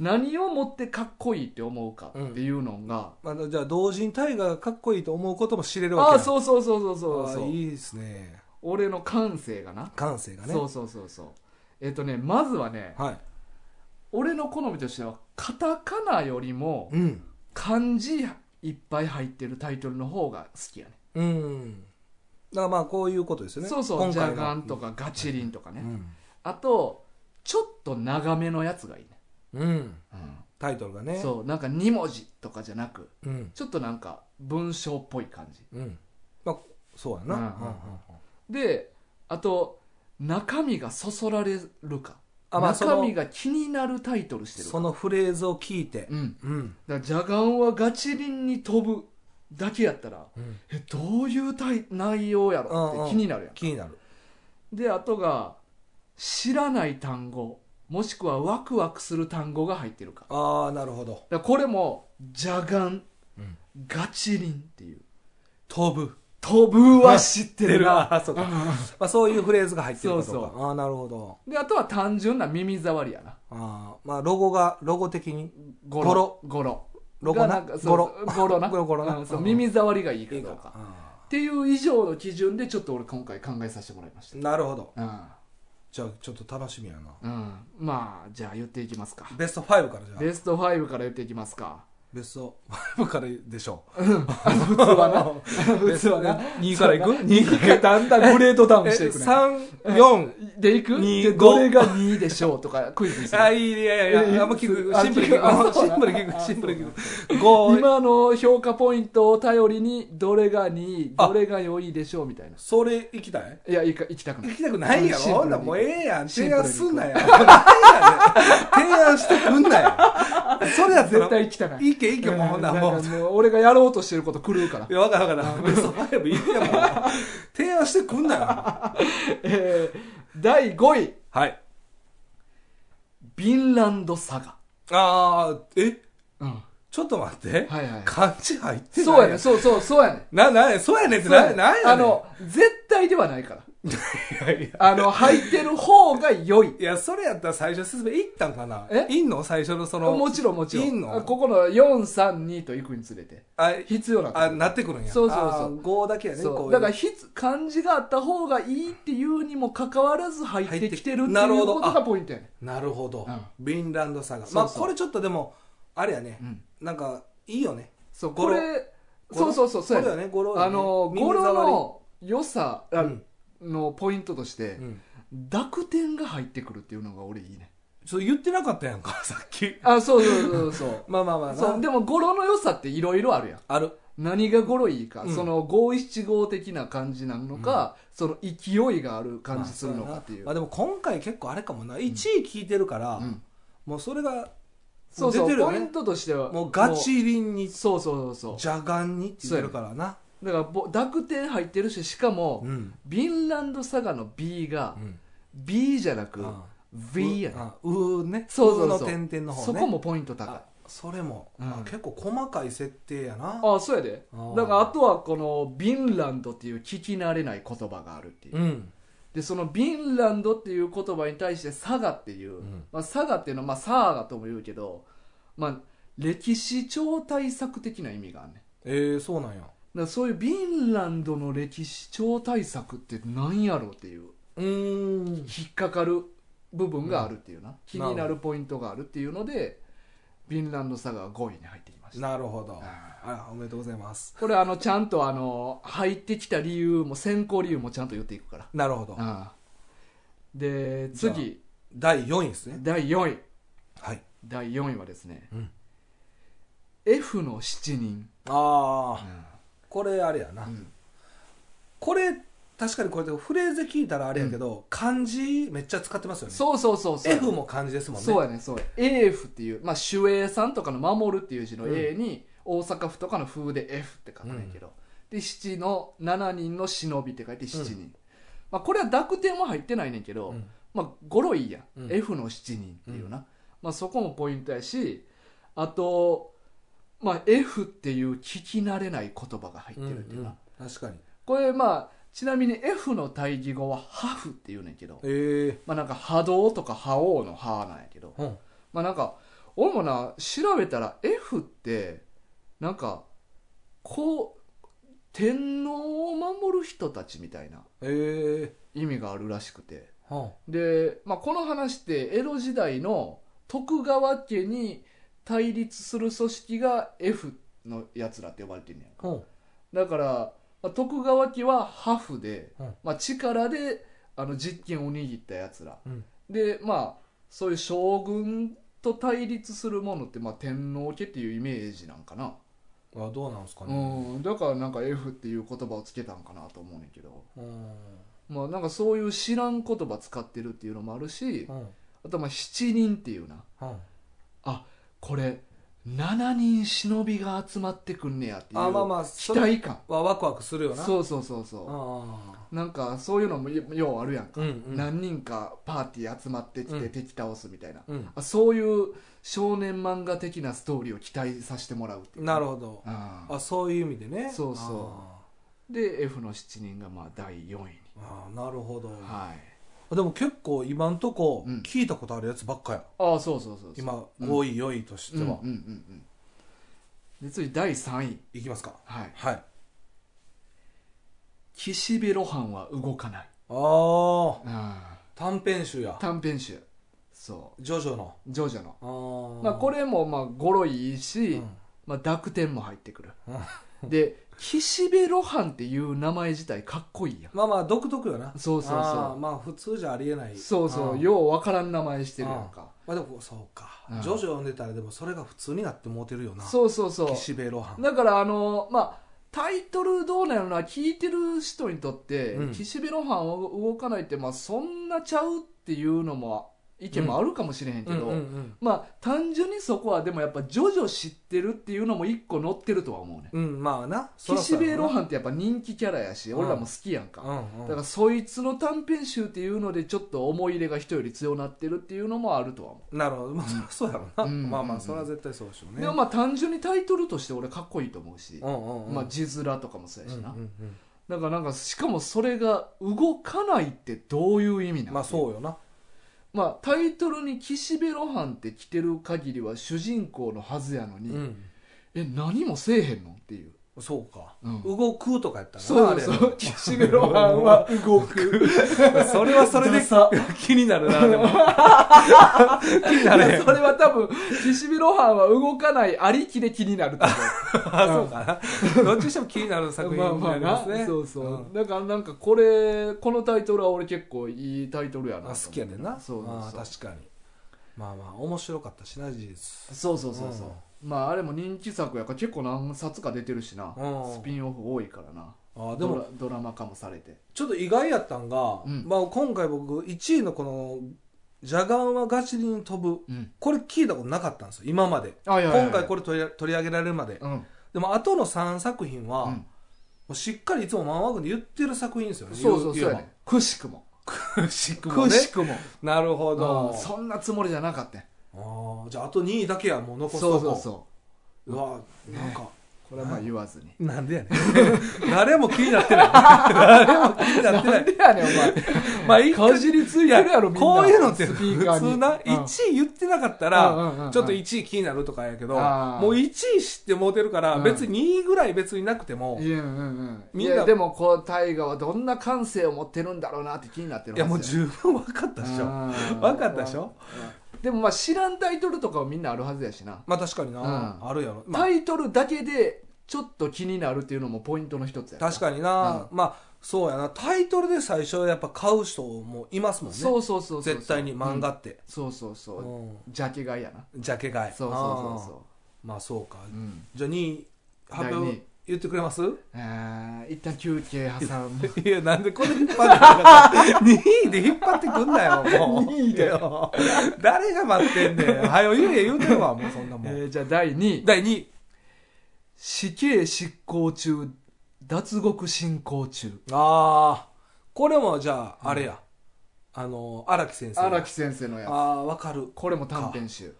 [SPEAKER 1] 何をもってかっこいいって思うかっていうのが、
[SPEAKER 2] まあ、じゃあ同時にタイガーがかっこいいと思うことも知れるわけ
[SPEAKER 1] ああ
[SPEAKER 2] や
[SPEAKER 1] そうそうそうそうそう
[SPEAKER 2] あ
[SPEAKER 1] そ
[SPEAKER 2] あ
[SPEAKER 1] う
[SPEAKER 2] いいですね
[SPEAKER 1] 俺の感性がな
[SPEAKER 2] 感性がね
[SPEAKER 1] そうそうそうそうえっ、とねまずはね
[SPEAKER 2] はい
[SPEAKER 1] 俺の好みとしてはカタカナよりも
[SPEAKER 2] うん
[SPEAKER 1] 漢字いっぱい入ってるタイトルの方が好きやね
[SPEAKER 2] うんだからまあこういうことですよね
[SPEAKER 1] そうそ
[SPEAKER 2] 今
[SPEAKER 1] う「ジ
[SPEAKER 2] 回
[SPEAKER 1] ャ
[SPEAKER 2] の
[SPEAKER 1] ガン」とか「ガチリン」とか
[SPEAKER 2] う
[SPEAKER 1] ね、
[SPEAKER 2] ん、
[SPEAKER 1] あとちょっと長めのやつがいいね、
[SPEAKER 2] うん、タイトルがね
[SPEAKER 1] そうなんか2文字とかじゃなく
[SPEAKER 2] ううん
[SPEAKER 1] ちょっとなんか文章っぽい感じ
[SPEAKER 2] うんまあそうやな、
[SPEAKER 1] うんうんうんであと中身がそそられるか、
[SPEAKER 2] あまあそ
[SPEAKER 1] 中
[SPEAKER 2] の
[SPEAKER 1] 身が気になるタイトルしてる
[SPEAKER 2] そ
[SPEAKER 1] か
[SPEAKER 2] のフレーズを聞いて
[SPEAKER 1] うん
[SPEAKER 2] うん、
[SPEAKER 1] だから「ジャガンはガチリンに飛ぶ」だけやったら
[SPEAKER 2] うん、
[SPEAKER 1] えどういうタイ内容やろ
[SPEAKER 2] うん
[SPEAKER 1] っ
[SPEAKER 2] うん
[SPEAKER 1] て気になるやん
[SPEAKER 2] 気になる
[SPEAKER 1] であとが知らない単語もしくはワクワクする単語が入ってるか
[SPEAKER 2] ああなるほど
[SPEAKER 1] だからこれも「ジャガン
[SPEAKER 2] うん」
[SPEAKER 1] 「ガチリン」っていう
[SPEAKER 2] 飛ぶ
[SPEAKER 1] 「飛ぶ」は知ってるな
[SPEAKER 2] ああそうか、まあ、そういうフレーズが入ってるかとか
[SPEAKER 1] そう
[SPEAKER 2] ああなるほど
[SPEAKER 1] であとは単純な耳障りやな
[SPEAKER 2] ああまあロゴがロゴ的に
[SPEAKER 1] ゴ
[SPEAKER 2] ゴ
[SPEAKER 1] ロ
[SPEAKER 2] ロ
[SPEAKER 1] ゴロ
[SPEAKER 2] ロゴな
[SPEAKER 1] がんかそう
[SPEAKER 2] ゴロ
[SPEAKER 1] ゴロな
[SPEAKER 2] *laughs* ゴロゴロな
[SPEAKER 1] うんそう
[SPEAKER 2] うん
[SPEAKER 1] 耳障りがいいか
[SPEAKER 2] いい
[SPEAKER 1] ど
[SPEAKER 2] か
[SPEAKER 1] うか
[SPEAKER 2] あ
[SPEAKER 1] っていう以上の基準でちょっと俺今回考えさせてもらいまし
[SPEAKER 2] あなるほど
[SPEAKER 1] たうん、
[SPEAKER 2] じゃあちょっと楽しみやな
[SPEAKER 1] うん、まあじゃあ言っていきますか
[SPEAKER 2] ベスト5からじゃあ
[SPEAKER 1] ベスト5から言っていきます
[SPEAKER 2] *laughs*
[SPEAKER 1] か
[SPEAKER 2] ベスト5からでしょう
[SPEAKER 1] 普通はな普通はな
[SPEAKER 2] 2からいく2
[SPEAKER 1] 2からだんだんグレードダウンしていくね
[SPEAKER 2] 34
[SPEAKER 1] でいく
[SPEAKER 2] 二
[SPEAKER 1] でどれが2でしょうとかクイズにする
[SPEAKER 2] あいいいやいやいやあんま聞く
[SPEAKER 1] あ
[SPEAKER 2] シンプルに
[SPEAKER 1] 聞
[SPEAKER 2] 聞
[SPEAKER 1] く
[SPEAKER 2] くシンプルに聞くシンプルに聞 *laughs* く5
[SPEAKER 1] 今の評価ポイントを頼りにどれが2位どれが良いでしょうみたいな
[SPEAKER 2] それ行きたい
[SPEAKER 1] いやいか行きたくない
[SPEAKER 2] 行きたくないやろ
[SPEAKER 1] シンプルに
[SPEAKER 2] ほんならもうええやん
[SPEAKER 1] シン
[SPEAKER 2] 提
[SPEAKER 1] プル
[SPEAKER 2] 案
[SPEAKER 1] に
[SPEAKER 2] すんなや *laughs* 何やねん提案してくんなやそれやったら
[SPEAKER 1] 絶対行きたない
[SPEAKER 2] いけいけもうほんならも
[SPEAKER 1] な
[SPEAKER 2] うん
[SPEAKER 1] かもう俺がやろうとしてること狂うから
[SPEAKER 2] いや分からん分からんベスト5いいやもう提案してくんなよ
[SPEAKER 1] えー第5位
[SPEAKER 2] はい
[SPEAKER 1] ビンランドサガ
[SPEAKER 2] ああえ
[SPEAKER 1] うん
[SPEAKER 2] ちょっと待って
[SPEAKER 1] はいはい
[SPEAKER 2] 漢字入ってない
[SPEAKER 1] そうやねそうそうそうやね
[SPEAKER 2] な、な、そうやねんって
[SPEAKER 1] そうや
[SPEAKER 2] な、
[SPEAKER 1] ね
[SPEAKER 2] なんやねん。
[SPEAKER 1] あの絶対ではないから
[SPEAKER 2] *laughs* いやいや、
[SPEAKER 1] あの履いてる方が良い
[SPEAKER 2] いや、それやったら最初進め、いったんかな
[SPEAKER 1] え
[SPEAKER 2] いんの最初のその、
[SPEAKER 1] もちろんもちろん
[SPEAKER 2] いいの
[SPEAKER 1] ここの432と行くにつれて
[SPEAKER 2] あ、
[SPEAKER 1] 必要なとこ
[SPEAKER 2] あ、なってくるんや。
[SPEAKER 1] そうそうそう
[SPEAKER 2] あー5だけやね、
[SPEAKER 1] そ
[SPEAKER 2] こ
[SPEAKER 1] う
[SPEAKER 2] う。
[SPEAKER 1] だから、ひつ漢字があった方がいいっていうにもかかわらず入ってきてるってい
[SPEAKER 2] 入ってきなる
[SPEAKER 1] う
[SPEAKER 2] ほど
[SPEAKER 1] ことがポイントやね
[SPEAKER 2] なるほど
[SPEAKER 1] うん。
[SPEAKER 2] ビンランドサガ。
[SPEAKER 1] そ
[SPEAKER 2] ま
[SPEAKER 1] う
[SPEAKER 2] あ、
[SPEAKER 1] そう
[SPEAKER 2] これちょっとでも、あれやね
[SPEAKER 1] うん。
[SPEAKER 2] なんか、いいよね。
[SPEAKER 1] そう
[SPEAKER 2] ゴ
[SPEAKER 1] こ
[SPEAKER 2] ロ
[SPEAKER 1] れ
[SPEAKER 2] ゴ
[SPEAKER 1] そう
[SPEAKER 2] ロ
[SPEAKER 1] そうそうそうや
[SPEAKER 2] これはね、ゴロやね
[SPEAKER 1] あの
[SPEAKER 2] 耳
[SPEAKER 1] 語呂
[SPEAKER 2] 障り
[SPEAKER 1] の良さあ
[SPEAKER 2] うん
[SPEAKER 1] のポイントとして、
[SPEAKER 2] うん。
[SPEAKER 1] 濁点が入ってくるっていうのが俺いいね
[SPEAKER 2] ちょっと言ってなかったやんか、さ *laughs* っき。
[SPEAKER 1] あそうそうそうそう
[SPEAKER 2] まあまあまあ
[SPEAKER 1] そ
[SPEAKER 2] な
[SPEAKER 1] うでも語呂の良さっていろいろあるやん
[SPEAKER 2] ある。
[SPEAKER 1] 何が語呂いいか、
[SPEAKER 2] うん
[SPEAKER 1] その五七五的な感じなのか、その勢いがある感じするのかっていう、
[SPEAKER 2] まあ、そうやなまあでも今回結構あれかもな。1位聞いてるから
[SPEAKER 1] う、ん、
[SPEAKER 2] もうそれが、
[SPEAKER 1] そうそ
[SPEAKER 2] 出
[SPEAKER 1] う、
[SPEAKER 2] てるよ
[SPEAKER 1] ポ
[SPEAKER 2] ね
[SPEAKER 1] イントとしては
[SPEAKER 2] もうガチリンに
[SPEAKER 1] そうそうそうそ
[SPEAKER 2] ジャガンにって言ってるからな。
[SPEAKER 1] うだからぼ濁点入ってるししかも、
[SPEAKER 2] ん。
[SPEAKER 1] ビンランドサガの B が B じゃなく
[SPEAKER 2] あ
[SPEAKER 1] V やね
[SPEAKER 2] あうーね。
[SPEAKER 1] そうそうそう
[SPEAKER 2] うーの点々の方ね。
[SPEAKER 1] そこもポイント高い
[SPEAKER 2] あ。それも、
[SPEAKER 1] うん
[SPEAKER 2] あ結構細かい設定やな。
[SPEAKER 1] ああそうやで
[SPEAKER 2] あー
[SPEAKER 1] だからあとはこのビンランドっていう聞き慣れない言葉があるっていう、
[SPEAKER 2] うん。
[SPEAKER 1] でそのビンランドっていう言葉に対してサガっていう、
[SPEAKER 2] ん
[SPEAKER 1] まあ、サガっていうのはまあサーガとも言うけどまあ歴史超大作的な意味があるねんだか
[SPEAKER 2] えー、そうなんや
[SPEAKER 1] らそういうビンランドの歴史超大作って何やろうっていう
[SPEAKER 2] うーん
[SPEAKER 1] 引っかかる部分があるっていうな、気になるポイントがあるっていうのでビンランドサガが5位に入ってきました
[SPEAKER 2] なるほどあらおめでとうございます
[SPEAKER 1] これあのちゃんとあの入ってきた理由も選考理由もちゃんと言っていくから
[SPEAKER 2] なるほど
[SPEAKER 1] ああで
[SPEAKER 2] じゃあ
[SPEAKER 1] 次
[SPEAKER 2] 第4位ですね
[SPEAKER 1] 第4位
[SPEAKER 2] はい
[SPEAKER 1] 第4位はですね、
[SPEAKER 2] うん
[SPEAKER 1] F の7人、
[SPEAKER 2] ああこれあれやな、これ確かにこれでフレーズ聞いたらあれやけど、漢字めっちゃ使ってますよね
[SPEAKER 1] そうそうそうそう
[SPEAKER 2] F も漢字ですもんね
[SPEAKER 1] そうやねそうや AF っていう、まあ、守衛さんとかの「守る」っていう字の
[SPEAKER 2] うん
[SPEAKER 1] A に、大阪府とかの「風」で F って書くねんけど、で七の7人の「忍び」って書いて7人、まあ、これは濁点は入ってないねんけど、
[SPEAKER 2] うん
[SPEAKER 1] まあ、語呂いいやん、
[SPEAKER 2] うん
[SPEAKER 1] F の7人っていうな、まあ、そこもポイントやしあと、まあ、F っていう聞き慣れない言葉が入ってるっていうな、
[SPEAKER 2] うんうん確かに
[SPEAKER 1] これまあちなみに F の対義語は「ハフ」っていうねんけど、
[SPEAKER 2] え
[SPEAKER 1] まあ、なんか波動とか波王の「波」なんやけど
[SPEAKER 2] えうん
[SPEAKER 1] まあなんか俺もな調べたら F ってなんかこう天皇を守る人たちみたいな
[SPEAKER 2] ええ
[SPEAKER 1] 意味があるらしくて
[SPEAKER 2] は
[SPEAKER 1] で、まあ、この話って江戸時代の徳川家に対立する組織が F のやつらって呼ばれてるんやんか
[SPEAKER 2] あは
[SPEAKER 1] だから、まあ、徳川家はハフで、
[SPEAKER 2] うん
[SPEAKER 1] まあ、力であの実権を握ったやつら
[SPEAKER 2] あうん
[SPEAKER 1] でまあそういう将軍と対立するものって、まあ、天皇家っていうイメージなんかな、
[SPEAKER 2] あどうなんですか
[SPEAKER 1] う
[SPEAKER 2] ね
[SPEAKER 1] ん、だからなんか F っていう言葉をつけたんかなと思うねんけど、
[SPEAKER 2] うん
[SPEAKER 1] まあ、なんかそういう知らん言葉使ってるっていうのもあるし
[SPEAKER 2] うん
[SPEAKER 1] あとまあ七人っていうな
[SPEAKER 2] うん
[SPEAKER 1] これ7人忍びが集まってくんねやっていう
[SPEAKER 2] あまあまあ
[SPEAKER 1] 期
[SPEAKER 2] それ
[SPEAKER 1] 待感
[SPEAKER 2] はワクワクするよなう
[SPEAKER 1] そうそうそうそう、
[SPEAKER 2] あ
[SPEAKER 1] なんかそういうのもよようあるやんか、
[SPEAKER 2] あうんうん
[SPEAKER 1] 何人かパーティー集まってき
[SPEAKER 2] う
[SPEAKER 1] て
[SPEAKER 2] ん
[SPEAKER 1] 敵倒すみたいな、
[SPEAKER 2] うん
[SPEAKER 1] あそういう少年漫画的なストーリーを期待させてもらうっていう
[SPEAKER 2] なるほど
[SPEAKER 1] ああ
[SPEAKER 2] あそういう意味でね
[SPEAKER 1] そうそう
[SPEAKER 2] あ
[SPEAKER 1] で F の7人がまあ第4位に、
[SPEAKER 2] あああなるほど
[SPEAKER 1] はい
[SPEAKER 2] でも結構今んとこ
[SPEAKER 1] うん
[SPEAKER 2] 聞いたことあるやつばっかや
[SPEAKER 1] ああそうそうそうそう
[SPEAKER 2] 今
[SPEAKER 1] うん
[SPEAKER 2] 5位4位として
[SPEAKER 1] うんうんう
[SPEAKER 2] は
[SPEAKER 1] んうんで次第3位
[SPEAKER 2] いきますか
[SPEAKER 1] はい
[SPEAKER 2] はい
[SPEAKER 1] 岸辺露伴は動かない
[SPEAKER 2] ああ
[SPEAKER 1] あ
[SPEAKER 2] 短編集や
[SPEAKER 1] あ短編集そ
[SPEAKER 2] ジョジョの
[SPEAKER 1] うジョジョの
[SPEAKER 2] あ
[SPEAKER 1] まあこ
[SPEAKER 2] れ
[SPEAKER 1] れもまあゴロいいし、
[SPEAKER 2] うん
[SPEAKER 1] まあ、濁点も入って
[SPEAKER 2] *laughs*
[SPEAKER 1] くるで岸辺露伴っていう名前自体かっこいいやん
[SPEAKER 2] まあまあ独特よな
[SPEAKER 1] そうそうそう
[SPEAKER 2] ああまあ普通じゃありえない
[SPEAKER 1] そうそ
[SPEAKER 2] ああ
[SPEAKER 1] うようわからん名前してるやんか
[SPEAKER 2] まあでもそうか
[SPEAKER 1] うん
[SPEAKER 2] ジョジョ読んでたらでもそれが普通になってもうてるよな
[SPEAKER 1] そうそうそ
[SPEAKER 2] 岸
[SPEAKER 1] う
[SPEAKER 2] 辺露伴
[SPEAKER 1] だからあのまあタイトルどうなのな聞いてる人にとって、
[SPEAKER 2] うん
[SPEAKER 1] 岸辺露伴を動かないって、まあ、そんなちゃうっていうのも意見もあるかもしれへんけ
[SPEAKER 2] うん
[SPEAKER 1] ど、
[SPEAKER 2] うんうん
[SPEAKER 1] まあ単純にそこはでもやっぱ徐々知ってるっていうのも一個乗ってるとは思うね
[SPEAKER 2] うんまあなそらそ
[SPEAKER 1] 岸
[SPEAKER 2] う
[SPEAKER 1] 辺
[SPEAKER 2] やろ
[SPEAKER 1] 露
[SPEAKER 2] な
[SPEAKER 1] 伴ってやっぱ人気キャラやし、
[SPEAKER 2] うん
[SPEAKER 1] 俺らも好きやんか、
[SPEAKER 2] うんうん
[SPEAKER 1] だからそいつの短編集っていうのでちょっと思い入れが人より強なってるっていうのもあるとは思
[SPEAKER 2] なるほどまあそりゃそうやろな
[SPEAKER 1] うん
[SPEAKER 2] まあまあそれは絶対そうでしょう
[SPEAKER 1] う、
[SPEAKER 2] ね
[SPEAKER 1] でもまあ単純にタイトルとして俺かっこいいと思うし、
[SPEAKER 2] うんうんうん
[SPEAKER 1] まあ字面とかもそうやしな、
[SPEAKER 2] うんうん
[SPEAKER 1] だからなんかしかもそれが動かないってどういう意味な
[SPEAKER 2] う
[SPEAKER 1] んの
[SPEAKER 2] まあそうよな
[SPEAKER 1] まあタイトルに岸辺露伴って来てる限りは主人公のはずやのに、
[SPEAKER 2] うん
[SPEAKER 1] え何もせえへんのっていう、
[SPEAKER 2] そうか
[SPEAKER 1] うん
[SPEAKER 2] 動くとかやったらな
[SPEAKER 1] そう
[SPEAKER 2] あ
[SPEAKER 1] そ
[SPEAKER 2] れ
[SPEAKER 1] う岸辺露伴は動く
[SPEAKER 2] *laughs* それはそれで
[SPEAKER 1] ダサ
[SPEAKER 2] 気になるなでも *laughs*
[SPEAKER 1] *laughs*
[SPEAKER 2] 気に
[SPEAKER 1] いや
[SPEAKER 2] なるよ
[SPEAKER 1] それは多分岸辺露伴は動かないありきで気になると思う
[SPEAKER 2] あそうかなどっちにしても気になる作品になりますね
[SPEAKER 1] そうそう、
[SPEAKER 2] ん
[SPEAKER 1] だからなんかこれこのタイトルは俺結構いいタイトルやなと思
[SPEAKER 2] あ
[SPEAKER 1] う
[SPEAKER 2] 好きやねんな
[SPEAKER 1] そうそう
[SPEAKER 2] あ
[SPEAKER 1] そう
[SPEAKER 2] 確かにまあまあ面白かったしな事実
[SPEAKER 1] そうそうそうそう、まああれも人気作やから結構何冊か出てるしな、
[SPEAKER 2] うん
[SPEAKER 1] スピンオフ多いからな
[SPEAKER 2] あで
[SPEAKER 1] ド
[SPEAKER 2] も
[SPEAKER 1] ラドラマ化もされて
[SPEAKER 2] ちょっと意外やったんが
[SPEAKER 1] うん
[SPEAKER 2] まあ今回僕1位のこの「じゃが馬がしりに飛ぶ
[SPEAKER 1] うん」
[SPEAKER 2] これ聞いたことなかったんですよ今まで
[SPEAKER 1] あいやいやいや
[SPEAKER 2] 今回これ取り取り上げられるまで
[SPEAKER 1] うん、
[SPEAKER 2] でも後の3作品は
[SPEAKER 1] う
[SPEAKER 2] も
[SPEAKER 1] ん
[SPEAKER 2] うしっかりいつも漫画軍で言ってる作品ですよね
[SPEAKER 1] そうそうそうや
[SPEAKER 2] 言
[SPEAKER 1] ねくしくも
[SPEAKER 2] 言えばしくも
[SPEAKER 1] く
[SPEAKER 2] ね
[SPEAKER 1] *laughs* しくも
[SPEAKER 2] なるほ
[SPEAKER 1] う
[SPEAKER 2] ど
[SPEAKER 1] んそんなつもりじゃなかったん
[SPEAKER 2] あーじゃああと2位だけはもう残す
[SPEAKER 1] そ
[SPEAKER 2] と
[SPEAKER 1] うそう
[SPEAKER 2] こ
[SPEAKER 1] そう
[SPEAKER 2] うわなんか
[SPEAKER 1] これはまあ言わずに
[SPEAKER 2] なんでやねん *laughs* 誰も気になってない誰も気になってな
[SPEAKER 1] なん
[SPEAKER 2] い
[SPEAKER 1] でやねんお前
[SPEAKER 2] ま *laughs* あいい
[SPEAKER 1] かじりついてるやろみんな
[SPEAKER 2] こういうのって
[SPEAKER 1] ス
[SPEAKER 2] 普
[SPEAKER 1] ピーカーに
[SPEAKER 2] 通な
[SPEAKER 1] うん
[SPEAKER 2] 1位言ってなかった
[SPEAKER 1] うんうんうんう
[SPEAKER 2] ら
[SPEAKER 1] ん
[SPEAKER 2] ちょっと1位気になるとかやけどもう
[SPEAKER 1] あー
[SPEAKER 2] 1位知ってもうてるから
[SPEAKER 1] うん
[SPEAKER 2] 別に2位ぐらい別になくても
[SPEAKER 1] いやうんうんうん
[SPEAKER 2] み
[SPEAKER 1] い
[SPEAKER 2] んな
[SPEAKER 1] やでもこう大河はどんな感性を持ってるんだろうなって気になってる
[SPEAKER 2] いやもう
[SPEAKER 1] 分
[SPEAKER 2] 十分分かったでしょ分かったでしょ
[SPEAKER 1] でもまあ知らんタイトルとかはみんなあるはずやしな、
[SPEAKER 2] まあ確かにな
[SPEAKER 1] うん
[SPEAKER 2] あるやろまあ
[SPEAKER 1] タイトルだけでちょっと気になるっていうのもポイントの一つや
[SPEAKER 2] 確かになまあそうやなタイトルで最初やっぱ買う人もいますもん
[SPEAKER 1] そ
[SPEAKER 2] ね
[SPEAKER 1] うそうそうそう
[SPEAKER 2] 絶対に漫画って
[SPEAKER 1] そうそうそう、
[SPEAKER 2] うん
[SPEAKER 1] ジャケ買いやな
[SPEAKER 2] ジャケ買い
[SPEAKER 1] そうそうそうそ
[SPEAKER 2] あーまあそうか
[SPEAKER 1] う、うん
[SPEAKER 2] じゃあ2位発
[SPEAKER 1] 第二
[SPEAKER 2] 表
[SPEAKER 1] 位
[SPEAKER 2] 言ってくれます
[SPEAKER 1] あー一旦休憩挟む
[SPEAKER 2] *laughs* いや、なんでこれ引っ張 *laughs* ってくんだ ?2 位で引っ張ってくんなよ、もう。
[SPEAKER 1] 二位で
[SPEAKER 2] よ。誰が待ってんねん。はよ言え言うてるわ、もうそんな
[SPEAKER 1] え
[SPEAKER 2] もん。
[SPEAKER 1] ーじゃあ第2位
[SPEAKER 2] 第2位。
[SPEAKER 1] 死刑執行中脱獄進行中
[SPEAKER 2] ああ、これもじゃあ、あれや。あの、荒木先生。
[SPEAKER 1] 荒木先生のや
[SPEAKER 2] あ
[SPEAKER 1] つ
[SPEAKER 2] あ、わかる。
[SPEAKER 1] これも短編集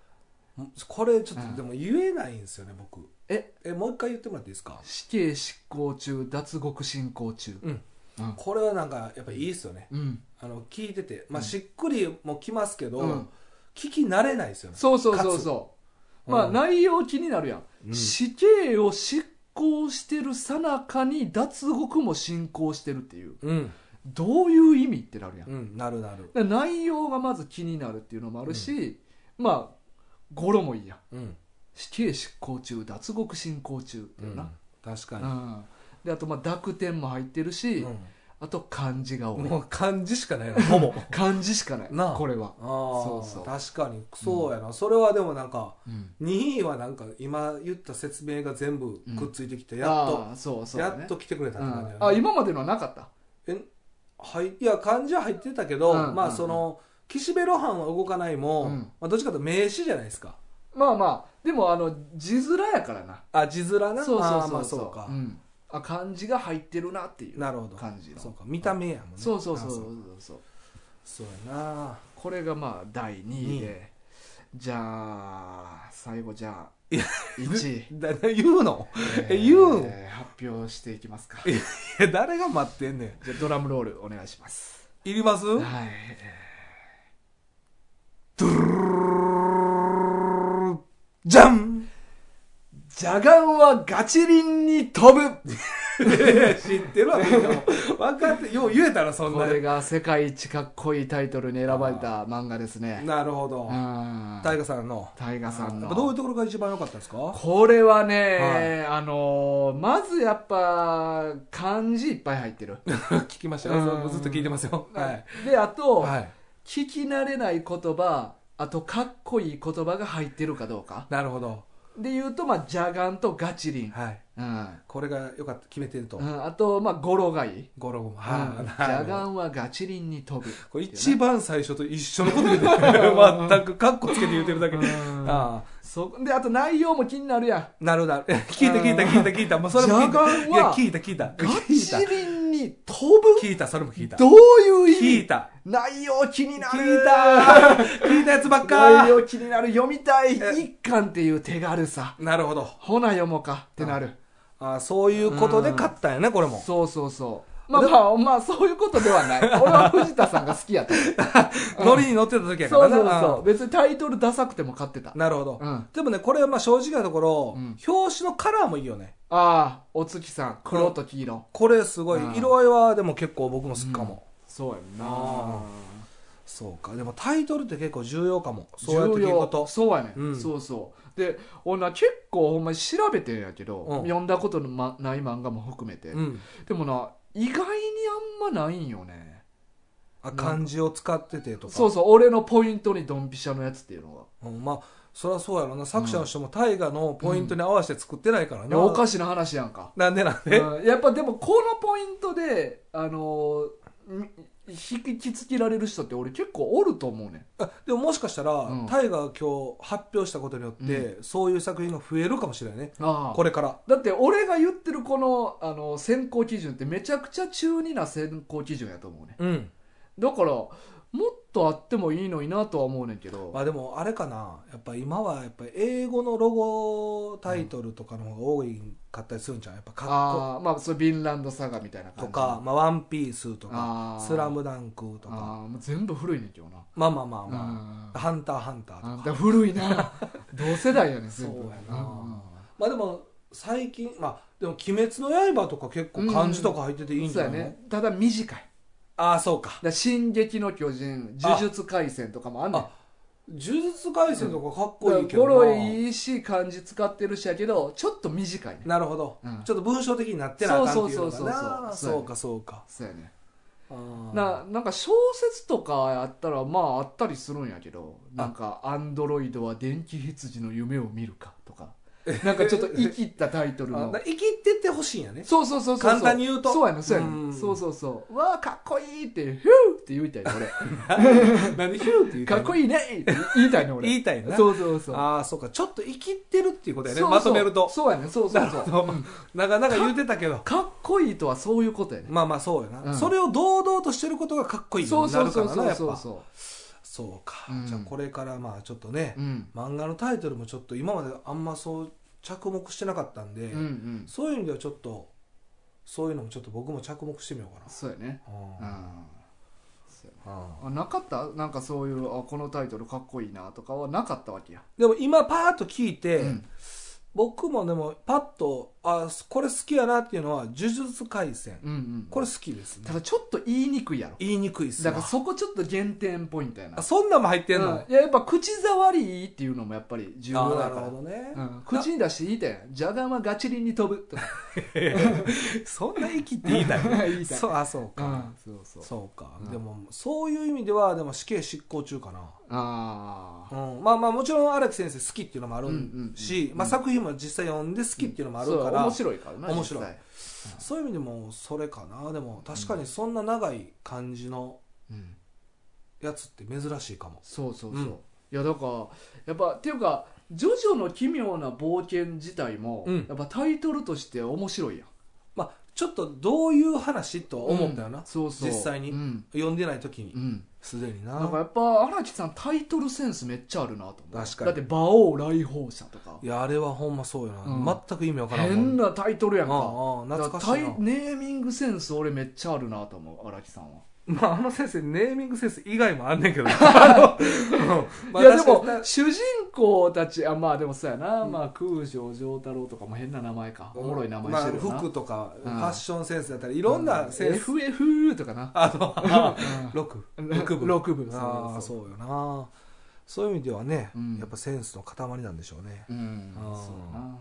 [SPEAKER 2] これちょっ
[SPEAKER 1] うん
[SPEAKER 2] とでも言えないんですよね、僕。
[SPEAKER 1] え
[SPEAKER 2] え、もう一回言ってもらっていいですか
[SPEAKER 1] 死刑執行中脱獄進行中
[SPEAKER 2] うん
[SPEAKER 1] うん。
[SPEAKER 2] これはなんか、やっぱいいですよね。
[SPEAKER 1] うん
[SPEAKER 2] あの、聞いてて。まあ、
[SPEAKER 1] うん
[SPEAKER 2] しっくりもきますけど、
[SPEAKER 1] うん
[SPEAKER 2] 聞き慣れないですよね。
[SPEAKER 1] そうそうそうそう
[SPEAKER 2] かつ
[SPEAKER 1] まあ
[SPEAKER 2] うん
[SPEAKER 1] 内容気になるやん、
[SPEAKER 2] うん
[SPEAKER 1] 死刑を執行してるさなかに脱獄も進行してるっていう
[SPEAKER 2] うん。
[SPEAKER 1] どういう意味ってなるやん
[SPEAKER 2] うん、なるなる。
[SPEAKER 1] だから内容がまず気になるっていうのもあるし、まあ語呂もいいやん
[SPEAKER 2] うん。
[SPEAKER 1] 死刑執行中脱獄進行中っていうな、
[SPEAKER 2] うん、確
[SPEAKER 1] うん
[SPEAKER 2] か
[SPEAKER 1] であとまあ濁点も入ってるし、
[SPEAKER 2] に、
[SPEAKER 1] あと漢字が多
[SPEAKER 2] うん
[SPEAKER 1] い
[SPEAKER 2] もう漢字しかない
[SPEAKER 1] *laughs*
[SPEAKER 2] なほぼ
[SPEAKER 1] 漢字しかない
[SPEAKER 2] なあ
[SPEAKER 1] これは、
[SPEAKER 2] ああ
[SPEAKER 1] そうそう
[SPEAKER 2] 確かにそうやな、それはでもなんか2位はなんか今言った説明が全部くっついてきて、やっと、
[SPEAKER 1] ああそうそう、ね、
[SPEAKER 2] やっと来てくれたって感じや
[SPEAKER 1] うん
[SPEAKER 2] な
[SPEAKER 1] あ今までのはなかった
[SPEAKER 2] えはいいや漢字は入ってたけど、
[SPEAKER 1] うん
[SPEAKER 2] ま
[SPEAKER 1] うん
[SPEAKER 2] あその、岸辺露伴は動かないも、
[SPEAKER 1] うん
[SPEAKER 2] まあ、どっちかというと名詞じゃないですか
[SPEAKER 1] まあまあでもあの字面やからな
[SPEAKER 2] あ字面な
[SPEAKER 1] そうそう
[SPEAKER 2] あーま
[SPEAKER 1] そ
[SPEAKER 2] あ
[SPEAKER 1] う
[SPEAKER 2] そうか、
[SPEAKER 1] んあ漢字が入ってるなっていう
[SPEAKER 2] なるほど
[SPEAKER 1] 感じの
[SPEAKER 2] そうか見た目やもんね
[SPEAKER 1] そうそうそう
[SPEAKER 2] あ
[SPEAKER 1] そう
[SPEAKER 2] そう
[SPEAKER 1] そう
[SPEAKER 2] そうやな
[SPEAKER 1] これがまあ第2位でじゃあ最後じゃあ
[SPEAKER 2] いや
[SPEAKER 1] 1位
[SPEAKER 2] だ言うの *laughs* え言うん
[SPEAKER 1] *laughs* えー発表していきますか
[SPEAKER 2] いや誰が待ってんねん
[SPEAKER 1] じゃあドラムロールお願いします
[SPEAKER 2] いります
[SPEAKER 1] はい
[SPEAKER 2] じゃん
[SPEAKER 1] ジャガンはガチリンに飛ぶ
[SPEAKER 2] いやいや *laughs* 知ってるわ、みんなも。分かって、よう言えたら、そん
[SPEAKER 1] こ
[SPEAKER 2] な。
[SPEAKER 1] れが世界一かっこいいタイトルに選ばれた漫画ですね
[SPEAKER 2] なるほど。
[SPEAKER 1] うん
[SPEAKER 2] 大河さんの。
[SPEAKER 1] タイガさん
[SPEAKER 2] や
[SPEAKER 1] の
[SPEAKER 2] っぱどういうところが一番良かったですか
[SPEAKER 1] これはね、
[SPEAKER 2] はい
[SPEAKER 1] あのーまずやっぱ漢字いっぱい入ってる
[SPEAKER 2] 聞きましたよ。
[SPEAKER 1] うん
[SPEAKER 2] ずっと聞いてますよ。はい。
[SPEAKER 1] *laughs* であと、
[SPEAKER 2] はい。
[SPEAKER 1] 聞き慣れない言葉あとかっこいい言葉が入ってるかどうか
[SPEAKER 2] なるほど。
[SPEAKER 1] で言うとまあジャガンとガチリン、
[SPEAKER 2] はい。
[SPEAKER 1] うん
[SPEAKER 2] これが良かった、決めてると
[SPEAKER 1] う。んあとまあ語呂がいい、
[SPEAKER 2] ゴロゴロ。
[SPEAKER 1] う
[SPEAKER 2] は
[SPEAKER 1] ん
[SPEAKER 2] い
[SPEAKER 1] ジ
[SPEAKER 2] な
[SPEAKER 1] ャ
[SPEAKER 2] るほ
[SPEAKER 1] ガ
[SPEAKER 2] ど。
[SPEAKER 1] ンはガチリンに飛ぶ
[SPEAKER 2] これ一番最初と一緒のこと言う
[SPEAKER 1] *laughs*
[SPEAKER 2] てる
[SPEAKER 1] ん
[SPEAKER 2] 全くカッコつけて言うてるだけ
[SPEAKER 1] う
[SPEAKER 2] で。
[SPEAKER 1] ん
[SPEAKER 2] ああ。
[SPEAKER 1] そであと内容も気になるやん
[SPEAKER 2] なるなる。聞いた聞いた聞いた聞いた。もうそれも聞い
[SPEAKER 1] ジャガ
[SPEAKER 2] た。
[SPEAKER 1] ンはい
[SPEAKER 2] や、聞いた聞いた。
[SPEAKER 1] ガ
[SPEAKER 2] 聞いた
[SPEAKER 1] チ。リンに飛ぶ
[SPEAKER 2] 聞いた、それも聞いた。
[SPEAKER 1] どういう
[SPEAKER 2] 聞
[SPEAKER 1] 意
[SPEAKER 2] い
[SPEAKER 1] 味
[SPEAKER 2] た。
[SPEAKER 1] 内容気になる
[SPEAKER 2] 聞いた聞いたやつばっか
[SPEAKER 1] 内容気になる読みたい
[SPEAKER 2] え
[SPEAKER 1] 一巻っていう手軽さ
[SPEAKER 2] なるほど
[SPEAKER 1] ほな読もうかってなる
[SPEAKER 2] あーそういうことで勝ったんやねこれも
[SPEAKER 1] そうそうそうまあまあまあそういうことで *laughs* はない俺は藤田さんが好き *laughs* やった
[SPEAKER 2] ノリに乗ってた時やか
[SPEAKER 1] そ
[SPEAKER 2] ら
[SPEAKER 1] う
[SPEAKER 2] な
[SPEAKER 1] そうそ
[SPEAKER 2] あ
[SPEAKER 1] う別にタイトルダサくても買ってた
[SPEAKER 2] ーなるほど、
[SPEAKER 1] うん
[SPEAKER 2] でもねこれはまあ正直なところ、
[SPEAKER 1] うん
[SPEAKER 2] 表紙のカラーもいいよね
[SPEAKER 1] ああお月さん黒と黄色
[SPEAKER 2] これすごい
[SPEAKER 1] うん
[SPEAKER 2] 色合いはでも結構僕も好きかも、
[SPEAKER 1] そうやん
[SPEAKER 2] あそうかでもタイトルって結構重要かもそうやって
[SPEAKER 1] 重
[SPEAKER 2] 聞くこ
[SPEAKER 1] 要
[SPEAKER 2] と
[SPEAKER 1] そうやね、
[SPEAKER 2] うん
[SPEAKER 1] そうそうで俺な結構ほんまに調べてんやけど、
[SPEAKER 2] うん
[SPEAKER 1] 読んだことの、ま、ない漫画も含めて、
[SPEAKER 2] うん
[SPEAKER 1] でもな意外にあんまないんよね
[SPEAKER 2] あ漢字を使っててとか
[SPEAKER 1] そうそう俺のポイントにドンピシャのやつっていうのが
[SPEAKER 2] うんまあそりゃそうやろな作者の人も大河のポイントに合わせて作ってないから
[SPEAKER 1] い
[SPEAKER 2] な、
[SPEAKER 1] やおかしな話やん
[SPEAKER 2] *laughs*
[SPEAKER 1] か、
[SPEAKER 2] なんでなんで、
[SPEAKER 1] うんやっぱでもこのポイントであのーみ引きつけられる人って俺結構おると思うねん
[SPEAKER 2] あでももしかしたら、
[SPEAKER 1] ん
[SPEAKER 2] タイガー今日発表したことによって、そういう作品が増えるかもしれないね
[SPEAKER 1] あ
[SPEAKER 2] これから
[SPEAKER 1] だって俺が言ってるこのあの選考基準ってめちゃくちゃ中二な選考基準やと思うね
[SPEAKER 2] うん
[SPEAKER 1] だからもっとあってもいいのになとは思うねんけど、
[SPEAKER 2] まあでもあれかなやっぱ今はやっぱ英語のロゴタイトルとかの方が多いかったりするんじゃんやっぱかっ
[SPEAKER 1] ああーまあそれヴィンランドサガみたいな
[SPEAKER 2] こ
[SPEAKER 1] 感
[SPEAKER 2] と
[SPEAKER 1] じ
[SPEAKER 2] か「まあ、ワンピースとか
[SPEAKER 1] あ
[SPEAKER 2] 「
[SPEAKER 1] ー
[SPEAKER 2] スラムダンクと
[SPEAKER 1] あ
[SPEAKER 2] か
[SPEAKER 1] ーもう全部古いねんけどな
[SPEAKER 2] まあまあまあ
[SPEAKER 1] うん
[SPEAKER 2] まあ「ハンターハンター」とか
[SPEAKER 1] あんた古いな同世代やねん
[SPEAKER 2] *laughs* そう
[SPEAKER 1] 全部
[SPEAKER 2] やな
[SPEAKER 1] うん
[SPEAKER 2] まあでも最近まあでも「鬼滅の刃」とか結構漢字とか入ってていいんじ
[SPEAKER 1] そう
[SPEAKER 2] ゃ
[SPEAKER 1] や
[SPEAKER 2] ないの、
[SPEAKER 1] ねただ短いだか
[SPEAKER 2] ああそうから
[SPEAKER 1] 進撃の巨人」「呪術廻戦」とかもあんねん
[SPEAKER 2] あ呪術廻戦とかかっこいいけ
[SPEAKER 1] ゴ
[SPEAKER 2] どな、
[SPEAKER 1] ロいいし漢字使ってるしやけどちょっと短いね
[SPEAKER 2] なるほど、
[SPEAKER 1] うん
[SPEAKER 2] ちょっと文章的になってなあかんっていうのかな
[SPEAKER 1] そうそうそうそう
[SPEAKER 2] そうかそうか
[SPEAKER 1] そうやね
[SPEAKER 2] あー
[SPEAKER 1] ななんか小説とかやったらまああったりするんやけどなんか「アンドロイドは電気羊の夢を見るか」とかなんかちょっと言い切ったタイトル
[SPEAKER 2] *laughs* あ
[SPEAKER 1] の
[SPEAKER 2] だから生きてってほしいん
[SPEAKER 1] *laughs*
[SPEAKER 2] やね
[SPEAKER 1] そうそうそうそうそう
[SPEAKER 2] 簡単に言うと
[SPEAKER 1] そうやねそうや
[SPEAKER 2] うん
[SPEAKER 1] ねそうそうそうわあかっこいいってヒューって言いたいの
[SPEAKER 2] なんでヒューっ
[SPEAKER 1] 俺
[SPEAKER 2] て言うの
[SPEAKER 1] かっこいいねって言いたいの俺
[SPEAKER 2] *laughs* 言いたいな
[SPEAKER 1] そうそうそう
[SPEAKER 2] ああそうかちょっと生きてるっていうことやね
[SPEAKER 1] そうそう
[SPEAKER 2] まとめると
[SPEAKER 1] そうやねそうそうそう
[SPEAKER 2] *laughs* なかなか言うてたけど
[SPEAKER 1] かっこいいとはそういうことやね
[SPEAKER 2] まあまあそうやな、
[SPEAKER 1] うん
[SPEAKER 2] それを堂々としてることがかっこいいよ
[SPEAKER 1] そうう
[SPEAKER 2] にな
[SPEAKER 1] そう
[SPEAKER 2] るか
[SPEAKER 1] そう
[SPEAKER 2] らな
[SPEAKER 1] そ
[SPEAKER 2] や
[SPEAKER 1] う
[SPEAKER 2] っぱ
[SPEAKER 1] そうそ
[SPEAKER 2] そうか、
[SPEAKER 1] うん
[SPEAKER 2] じゃあこれからまあちょっとね
[SPEAKER 1] う、うん
[SPEAKER 2] 漫画のタイトルもちょっと今まであんまそう着目してなかったんで、
[SPEAKER 1] うんうん
[SPEAKER 2] そういう意味ではちょっとそういうのもちょっと僕も着目してみようか
[SPEAKER 1] そうやねう
[SPEAKER 2] な、
[SPEAKER 1] んそう
[SPEAKER 2] うん
[SPEAKER 1] やあなかったなんかそういうあこのタイトルかっこいいなとかはなかったわけや
[SPEAKER 2] でも今パーッと聞いて、
[SPEAKER 1] うん
[SPEAKER 2] 僕もでもパッとあこれ好きやなっていうのは「呪術廻戦」
[SPEAKER 1] うんうん
[SPEAKER 2] これ好きですね
[SPEAKER 1] ただちょっと言いにくいやろ
[SPEAKER 2] 言いにくいっす
[SPEAKER 1] だ
[SPEAKER 2] わ
[SPEAKER 1] からそこちょっと減点ポイントやな
[SPEAKER 2] あそんなんも入ってんの、
[SPEAKER 1] うんいややっぱ口触りいいっていうのもやっぱり重
[SPEAKER 2] あ
[SPEAKER 1] 要
[SPEAKER 2] な
[SPEAKER 1] だ
[SPEAKER 2] る
[SPEAKER 1] から
[SPEAKER 2] ほどね、
[SPEAKER 1] うん、口に出して言いたいやんじゃがいもガチリンに飛ぶとか
[SPEAKER 2] そんな息って *laughs* 言いたい
[SPEAKER 1] *laughs* 言いたい
[SPEAKER 2] そうあそう
[SPEAKER 1] う
[SPEAKER 2] か
[SPEAKER 1] ん、そうそう
[SPEAKER 2] そうか、
[SPEAKER 1] うん
[SPEAKER 2] でもそういう意味ではでも死刑執行中かな
[SPEAKER 1] ああ
[SPEAKER 2] うん、まあまあもちろん荒木先生好きっていうのもあるん
[SPEAKER 1] う
[SPEAKER 2] し、
[SPEAKER 1] んうんうん
[SPEAKER 2] まあ、
[SPEAKER 1] うん
[SPEAKER 2] 作品も実際読んで好きっていうのもあるか
[SPEAKER 1] そう
[SPEAKER 2] ら、
[SPEAKER 1] 面
[SPEAKER 2] そう
[SPEAKER 1] 白いからな
[SPEAKER 2] 面白い
[SPEAKER 1] 実際
[SPEAKER 2] いう意味でもそれかなでも確かにそんな長い感じの
[SPEAKER 1] うん
[SPEAKER 2] やつって珍しいかも、
[SPEAKER 1] そうそうそう、
[SPEAKER 2] うん
[SPEAKER 1] いやだからやっぱっていうか「ジョジョの奇妙な冒険」自体も、
[SPEAKER 2] うん
[SPEAKER 1] やっぱタイトルとして面白いやん
[SPEAKER 2] まあ、ちょっとどういう話とは思ったよな、
[SPEAKER 1] うんそうそう
[SPEAKER 2] 実際に
[SPEAKER 1] うん、
[SPEAKER 2] 読んでない時に
[SPEAKER 1] うん、
[SPEAKER 2] すでにな
[SPEAKER 1] なんかやっぱ荒木さんタイトルセンスめっちゃあるなと思う
[SPEAKER 2] 確かに
[SPEAKER 1] だって「馬王来訪者」とか
[SPEAKER 2] いやあれはほんまそうよな、
[SPEAKER 1] うん
[SPEAKER 2] 全く意味わからんもん
[SPEAKER 1] 変なタイトルやんか
[SPEAKER 2] うんうん懐かしいな
[SPEAKER 1] だらタイネーミングセンス俺めっちゃあるなと思う荒木さんは、
[SPEAKER 2] まあ、あの先生、ネーミングセンス以外もあんねんけど。
[SPEAKER 1] *laughs*
[SPEAKER 2] あのうんまあ
[SPEAKER 1] いやで
[SPEAKER 2] 確か
[SPEAKER 1] も
[SPEAKER 2] に
[SPEAKER 1] 主人公たちあまあでもそうやな、まあ空城城太郎とかも変な名前かおもろい名前してるよな、
[SPEAKER 2] まあ、服とか、
[SPEAKER 1] うん
[SPEAKER 2] ファッションセンスだったり、いろんなセンス。
[SPEAKER 1] FF とかな
[SPEAKER 2] あの、
[SPEAKER 1] うん
[SPEAKER 2] *laughs* 六
[SPEAKER 1] 六
[SPEAKER 2] 部。
[SPEAKER 1] 部六部
[SPEAKER 2] ああ、そうよな。そういう意味ではね、
[SPEAKER 1] うん
[SPEAKER 2] やっぱセンスの塊なんでしょうね。
[SPEAKER 1] うん
[SPEAKER 2] あー
[SPEAKER 1] そうやな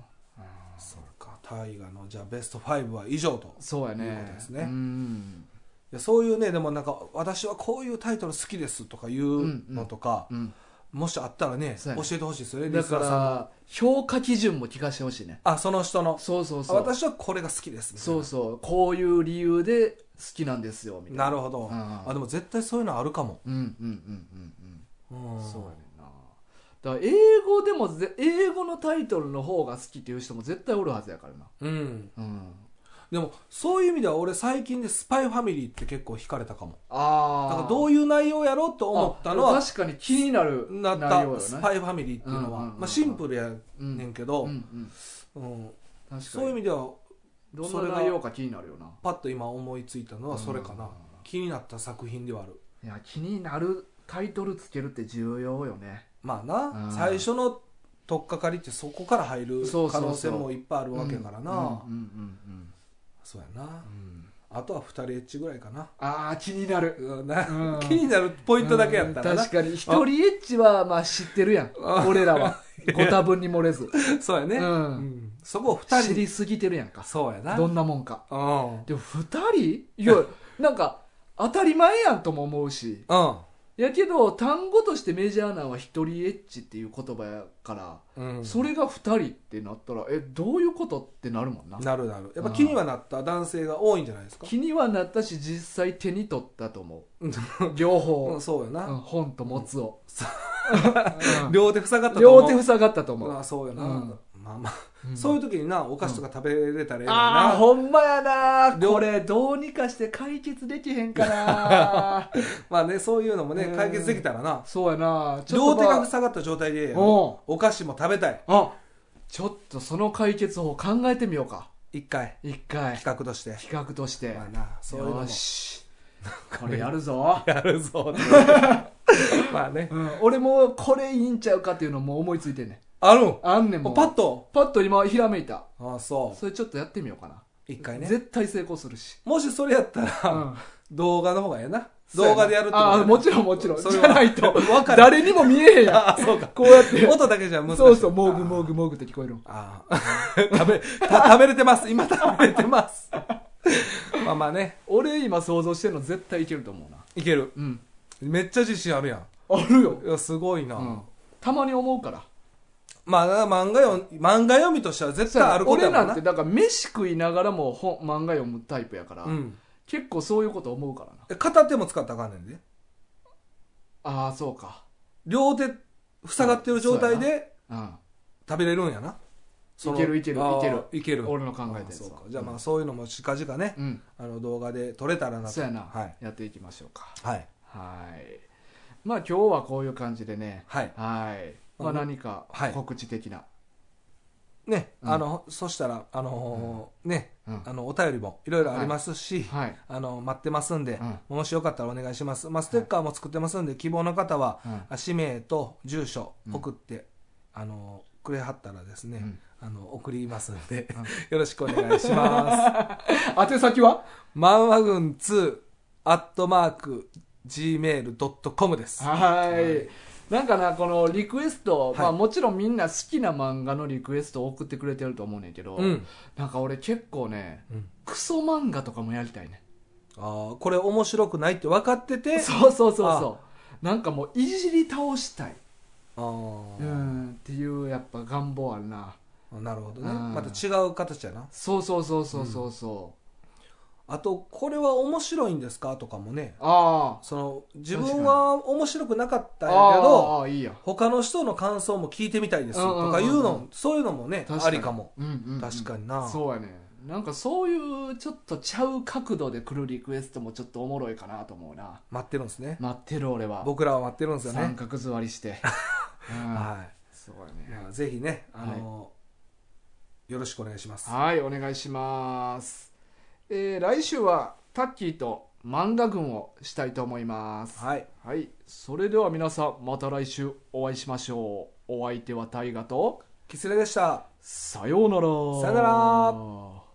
[SPEAKER 2] そうか。大河の、じゃあベスト5は以上と。
[SPEAKER 1] そうや
[SPEAKER 2] いうこと
[SPEAKER 1] ね
[SPEAKER 2] ですね
[SPEAKER 1] うん
[SPEAKER 2] いやそういうね、でもなんか、私はこういうタイトル好きですとかい
[SPEAKER 1] ん
[SPEAKER 2] う
[SPEAKER 1] うん
[SPEAKER 2] のとか、
[SPEAKER 1] うん
[SPEAKER 2] もしあったらね、
[SPEAKER 1] そう
[SPEAKER 2] 教
[SPEAKER 1] やね
[SPEAKER 2] えてほしいですよね、
[SPEAKER 1] だ
[SPEAKER 2] リス
[SPEAKER 1] か
[SPEAKER 2] ナーさんの。
[SPEAKER 1] ら評価基準も聞かせてほしいね
[SPEAKER 2] あ、その人の。
[SPEAKER 1] そうそう
[SPEAKER 2] あ
[SPEAKER 1] そう
[SPEAKER 2] 私はこれが好きですみたい
[SPEAKER 1] そ
[SPEAKER 2] な。
[SPEAKER 1] うそうこういう理由で好きなんですよみたいな
[SPEAKER 2] なるほ
[SPEAKER 1] う
[SPEAKER 2] ど、
[SPEAKER 1] ん
[SPEAKER 2] あでも絶対そういうのあるかも、
[SPEAKER 1] うんうんうんうんうん
[SPEAKER 2] うん
[SPEAKER 1] そうやねんなだから英語でもぜ英語のタイトルの方が好きっていう人も絶対おるはずやからな
[SPEAKER 2] うん
[SPEAKER 1] うん
[SPEAKER 2] でもそういう意味では俺最近で「スパイファミリー」って結構惹かれたかも
[SPEAKER 1] あ
[SPEAKER 2] だ
[SPEAKER 1] あ
[SPEAKER 2] からど
[SPEAKER 1] う
[SPEAKER 2] ういう内容やろうと思ったのは
[SPEAKER 1] 確かに気になる
[SPEAKER 2] なっ
[SPEAKER 1] 内容
[SPEAKER 2] た「
[SPEAKER 1] よ
[SPEAKER 2] ス
[SPEAKER 1] ね
[SPEAKER 2] パイファミリー」っていうのは、
[SPEAKER 1] うんうんうんうん
[SPEAKER 2] まあ、シンプルや
[SPEAKER 1] うん
[SPEAKER 2] ねんけど、
[SPEAKER 1] う
[SPEAKER 2] うん
[SPEAKER 1] うんん確かに
[SPEAKER 2] そういう意味では
[SPEAKER 1] ど
[SPEAKER 2] それ
[SPEAKER 1] ん
[SPEAKER 2] が
[SPEAKER 1] な内容か気になるよな
[SPEAKER 2] パッと今思いついたのはそれかな、
[SPEAKER 1] うん
[SPEAKER 2] 気になった作品ではある
[SPEAKER 1] いや気になるタイトルつけるって重要よね
[SPEAKER 2] まあな、
[SPEAKER 1] うん
[SPEAKER 2] 最初の取っかかりってそこから入る
[SPEAKER 1] そうそうそ
[SPEAKER 2] 可
[SPEAKER 1] う
[SPEAKER 2] 能性もいっぱいあるわけやからな
[SPEAKER 1] うんうんうん
[SPEAKER 2] そうやな
[SPEAKER 1] うんうん
[SPEAKER 2] あとは2人エッチぐらいかな
[SPEAKER 1] ああ気になる
[SPEAKER 2] うんな
[SPEAKER 1] うん
[SPEAKER 2] 気になるポイントだけやったら
[SPEAKER 1] うん
[SPEAKER 2] な
[SPEAKER 1] 確かに一人エッチはまあ知ってるやん俺ら
[SPEAKER 2] *laughs*
[SPEAKER 1] はご多分に漏れず
[SPEAKER 2] そうやね、
[SPEAKER 1] うん
[SPEAKER 2] うんそこを2
[SPEAKER 1] 知
[SPEAKER 2] 人
[SPEAKER 1] りすぎてるやんか
[SPEAKER 2] そうやな
[SPEAKER 1] どんなもんか
[SPEAKER 2] うん、うん、
[SPEAKER 1] でも2人い
[SPEAKER 2] *laughs*
[SPEAKER 1] やなんか当たり前やんとも思うしやけど単語としてメジャーなのは一人エッチっていう言葉やから、
[SPEAKER 2] うん
[SPEAKER 1] それが2人ってなったらえどういうことってなるもんな
[SPEAKER 2] なるなるやっぱ気にはなった男性が多いんじゃないですか、
[SPEAKER 1] 気にはなったし実際手に取ったと
[SPEAKER 2] *laughs*
[SPEAKER 1] 思
[SPEAKER 2] うん
[SPEAKER 1] う両方、
[SPEAKER 2] うんそうやな、
[SPEAKER 1] うん本と持つを、うん
[SPEAKER 2] 両手塞がったと思う
[SPEAKER 1] *laughs* 両手塞がったと思う、
[SPEAKER 2] あそうやな、
[SPEAKER 1] うん
[SPEAKER 2] ままあまあ、
[SPEAKER 1] うん
[SPEAKER 2] そういう時になお菓子とか食べれたらええのに
[SPEAKER 1] ああ
[SPEAKER 2] な、
[SPEAKER 1] ほんまやな
[SPEAKER 2] 料
[SPEAKER 1] これどうにかして解決できへんか
[SPEAKER 2] *laughs*
[SPEAKER 1] な
[SPEAKER 2] まあねそういうのもね
[SPEAKER 1] うん
[SPEAKER 2] 解決できたらな
[SPEAKER 1] そうやなちょ
[SPEAKER 2] 両
[SPEAKER 1] っと
[SPEAKER 2] 手
[SPEAKER 1] まあ
[SPEAKER 2] が塞がった状態で
[SPEAKER 1] うん
[SPEAKER 2] お菓子も食べたい
[SPEAKER 1] あちょっとその解決法考えてみようか
[SPEAKER 2] 一回
[SPEAKER 1] 一回
[SPEAKER 2] 企画として
[SPEAKER 1] 企画として、
[SPEAKER 2] まあなそういうのも
[SPEAKER 1] よしこれやる
[SPEAKER 2] *laughs*
[SPEAKER 1] ぞ、
[SPEAKER 2] や
[SPEAKER 1] *laughs*
[SPEAKER 2] るぞまあね
[SPEAKER 1] うん、俺もこれいいんちゃうかっていうのもう思いついてんねん
[SPEAKER 2] あるん
[SPEAKER 1] あんねんも
[SPEAKER 2] も
[SPEAKER 1] う
[SPEAKER 2] うパッと
[SPEAKER 1] パッと今ひらめいた
[SPEAKER 2] ああそ
[SPEAKER 1] それちょっとやってみようかな、
[SPEAKER 2] う一回ね
[SPEAKER 1] 絶対成功するし、
[SPEAKER 2] もしそれやったら、
[SPEAKER 1] うん
[SPEAKER 2] 動画の方がええな
[SPEAKER 1] そう
[SPEAKER 2] 動
[SPEAKER 1] な
[SPEAKER 2] 画でやるってこと
[SPEAKER 1] あ
[SPEAKER 2] だ
[SPEAKER 1] あ
[SPEAKER 2] ね
[SPEAKER 1] もちろんもちろん
[SPEAKER 2] そ
[SPEAKER 1] じ
[SPEAKER 2] れ
[SPEAKER 1] ゃ
[SPEAKER 2] は
[SPEAKER 1] ないと
[SPEAKER 2] わかる
[SPEAKER 1] 誰にも見えへんやん
[SPEAKER 2] ああそうか
[SPEAKER 1] *laughs* こうやって
[SPEAKER 2] 音だけじゃ難しい
[SPEAKER 1] そうそうモグモグモグって聞こえるもん
[SPEAKER 2] ああ *laughs* 食べた食べれてます今食べれてます *laughs* まあまあね
[SPEAKER 1] 俺今想像してるの絶対いけると思うない
[SPEAKER 2] ける
[SPEAKER 1] うん
[SPEAKER 2] めっちゃ自信あるや
[SPEAKER 1] あるよ
[SPEAKER 2] ん、いやすごいな、
[SPEAKER 1] うん、たまに思うから
[SPEAKER 2] まあ漫画よ漫画読みとしては絶対あることや
[SPEAKER 1] 俺
[SPEAKER 2] も
[SPEAKER 1] な
[SPEAKER 2] ん
[SPEAKER 1] ん
[SPEAKER 2] な
[SPEAKER 1] てだから飯食いながらも本漫画読むタイプやから、
[SPEAKER 2] うん、
[SPEAKER 1] 結構そういうこと思うからな
[SPEAKER 2] 片手も使ったらあかんねんで
[SPEAKER 1] ああそうか
[SPEAKER 2] 両手塞がってる状態で
[SPEAKER 1] うん
[SPEAKER 2] 食べれるんやなその
[SPEAKER 1] いけるいける
[SPEAKER 2] ああ
[SPEAKER 1] いける
[SPEAKER 2] いける
[SPEAKER 1] 俺の考え
[SPEAKER 2] ああ
[SPEAKER 1] で
[SPEAKER 2] そうかじゃあまあそういうのも近々ね、
[SPEAKER 1] うん
[SPEAKER 2] あの動画で撮れたらなと
[SPEAKER 1] そうやな、
[SPEAKER 2] はい
[SPEAKER 1] やっていきましょうか
[SPEAKER 2] はい
[SPEAKER 1] はいまあ今日はこういう感じでね
[SPEAKER 2] はい
[SPEAKER 1] はいまあ
[SPEAKER 2] あの
[SPEAKER 1] 何か
[SPEAKER 2] はい
[SPEAKER 1] 告知的な、
[SPEAKER 2] ね、
[SPEAKER 1] うん
[SPEAKER 2] あのそしたらあのーね
[SPEAKER 1] うん
[SPEAKER 2] あのお便りもいろいろありますし、
[SPEAKER 1] はい
[SPEAKER 2] あの待ってますんで、
[SPEAKER 1] う
[SPEAKER 2] もしよかったらお願いします、まあ、ステッカーも作ってますんで、希望の方は、
[SPEAKER 1] うん
[SPEAKER 2] あ氏名と住所
[SPEAKER 1] うん
[SPEAKER 2] 送って、あのくれはったらですね、
[SPEAKER 1] うん
[SPEAKER 2] あの送りますんで、
[SPEAKER 1] うん
[SPEAKER 2] *laughs* よろしくお願いします *laughs*
[SPEAKER 1] 宛先は
[SPEAKER 2] マンワグン2アットマーク gmail.com です
[SPEAKER 1] はい。なんかな、このリクエスト、
[SPEAKER 2] はい
[SPEAKER 1] まあもちろんみんな好きな漫画のリクエストを送ってくれてると思うねんけど、
[SPEAKER 2] うん
[SPEAKER 1] なんか俺結構ね、
[SPEAKER 2] うん
[SPEAKER 1] クソ漫画とかもやりたいね。
[SPEAKER 2] あーこれ面白くないって分かってて
[SPEAKER 1] そうそうそうそう。なんかもういじり倒したい。
[SPEAKER 2] あ
[SPEAKER 1] う
[SPEAKER 2] ー
[SPEAKER 1] ん、っていうやっぱ願望あるな。
[SPEAKER 2] なるほどね
[SPEAKER 1] うん
[SPEAKER 2] また違う形やな
[SPEAKER 1] そうそうそうそうそうそう。
[SPEAKER 2] あとこれは面白いんですかとかもね
[SPEAKER 1] あ
[SPEAKER 2] その自分は面白くなかった
[SPEAKER 1] あ。
[SPEAKER 2] んやけど
[SPEAKER 1] ああ、いいや。
[SPEAKER 2] 他の人の感想も聞いてみたいです
[SPEAKER 1] うんうんうん
[SPEAKER 2] とかいうのそういうのもね
[SPEAKER 1] 確
[SPEAKER 2] ありかも。
[SPEAKER 1] うんうんうん
[SPEAKER 2] 確かにな
[SPEAKER 1] そうやね。なんかそういうちょっとちゃう角度で来るリクエストもちょっとおもろいかなと思うな。
[SPEAKER 2] 待ってるんですね
[SPEAKER 1] 待ってる俺は。
[SPEAKER 2] 僕らは待ってるんですよ
[SPEAKER 1] 三
[SPEAKER 2] ね
[SPEAKER 1] 角座り
[SPEAKER 2] *laughs*
[SPEAKER 1] して、うん
[SPEAKER 2] はい
[SPEAKER 1] そうやね
[SPEAKER 2] まあぜひねあのよろしくお願いします
[SPEAKER 1] はいお願いします、えー来週はタッキーと漫画群をしたいと思います
[SPEAKER 2] はい
[SPEAKER 1] はいそれでは皆さんまた来週お会いしましょうお相手は大ガと
[SPEAKER 2] キスレでした
[SPEAKER 1] さようなら
[SPEAKER 2] さようなら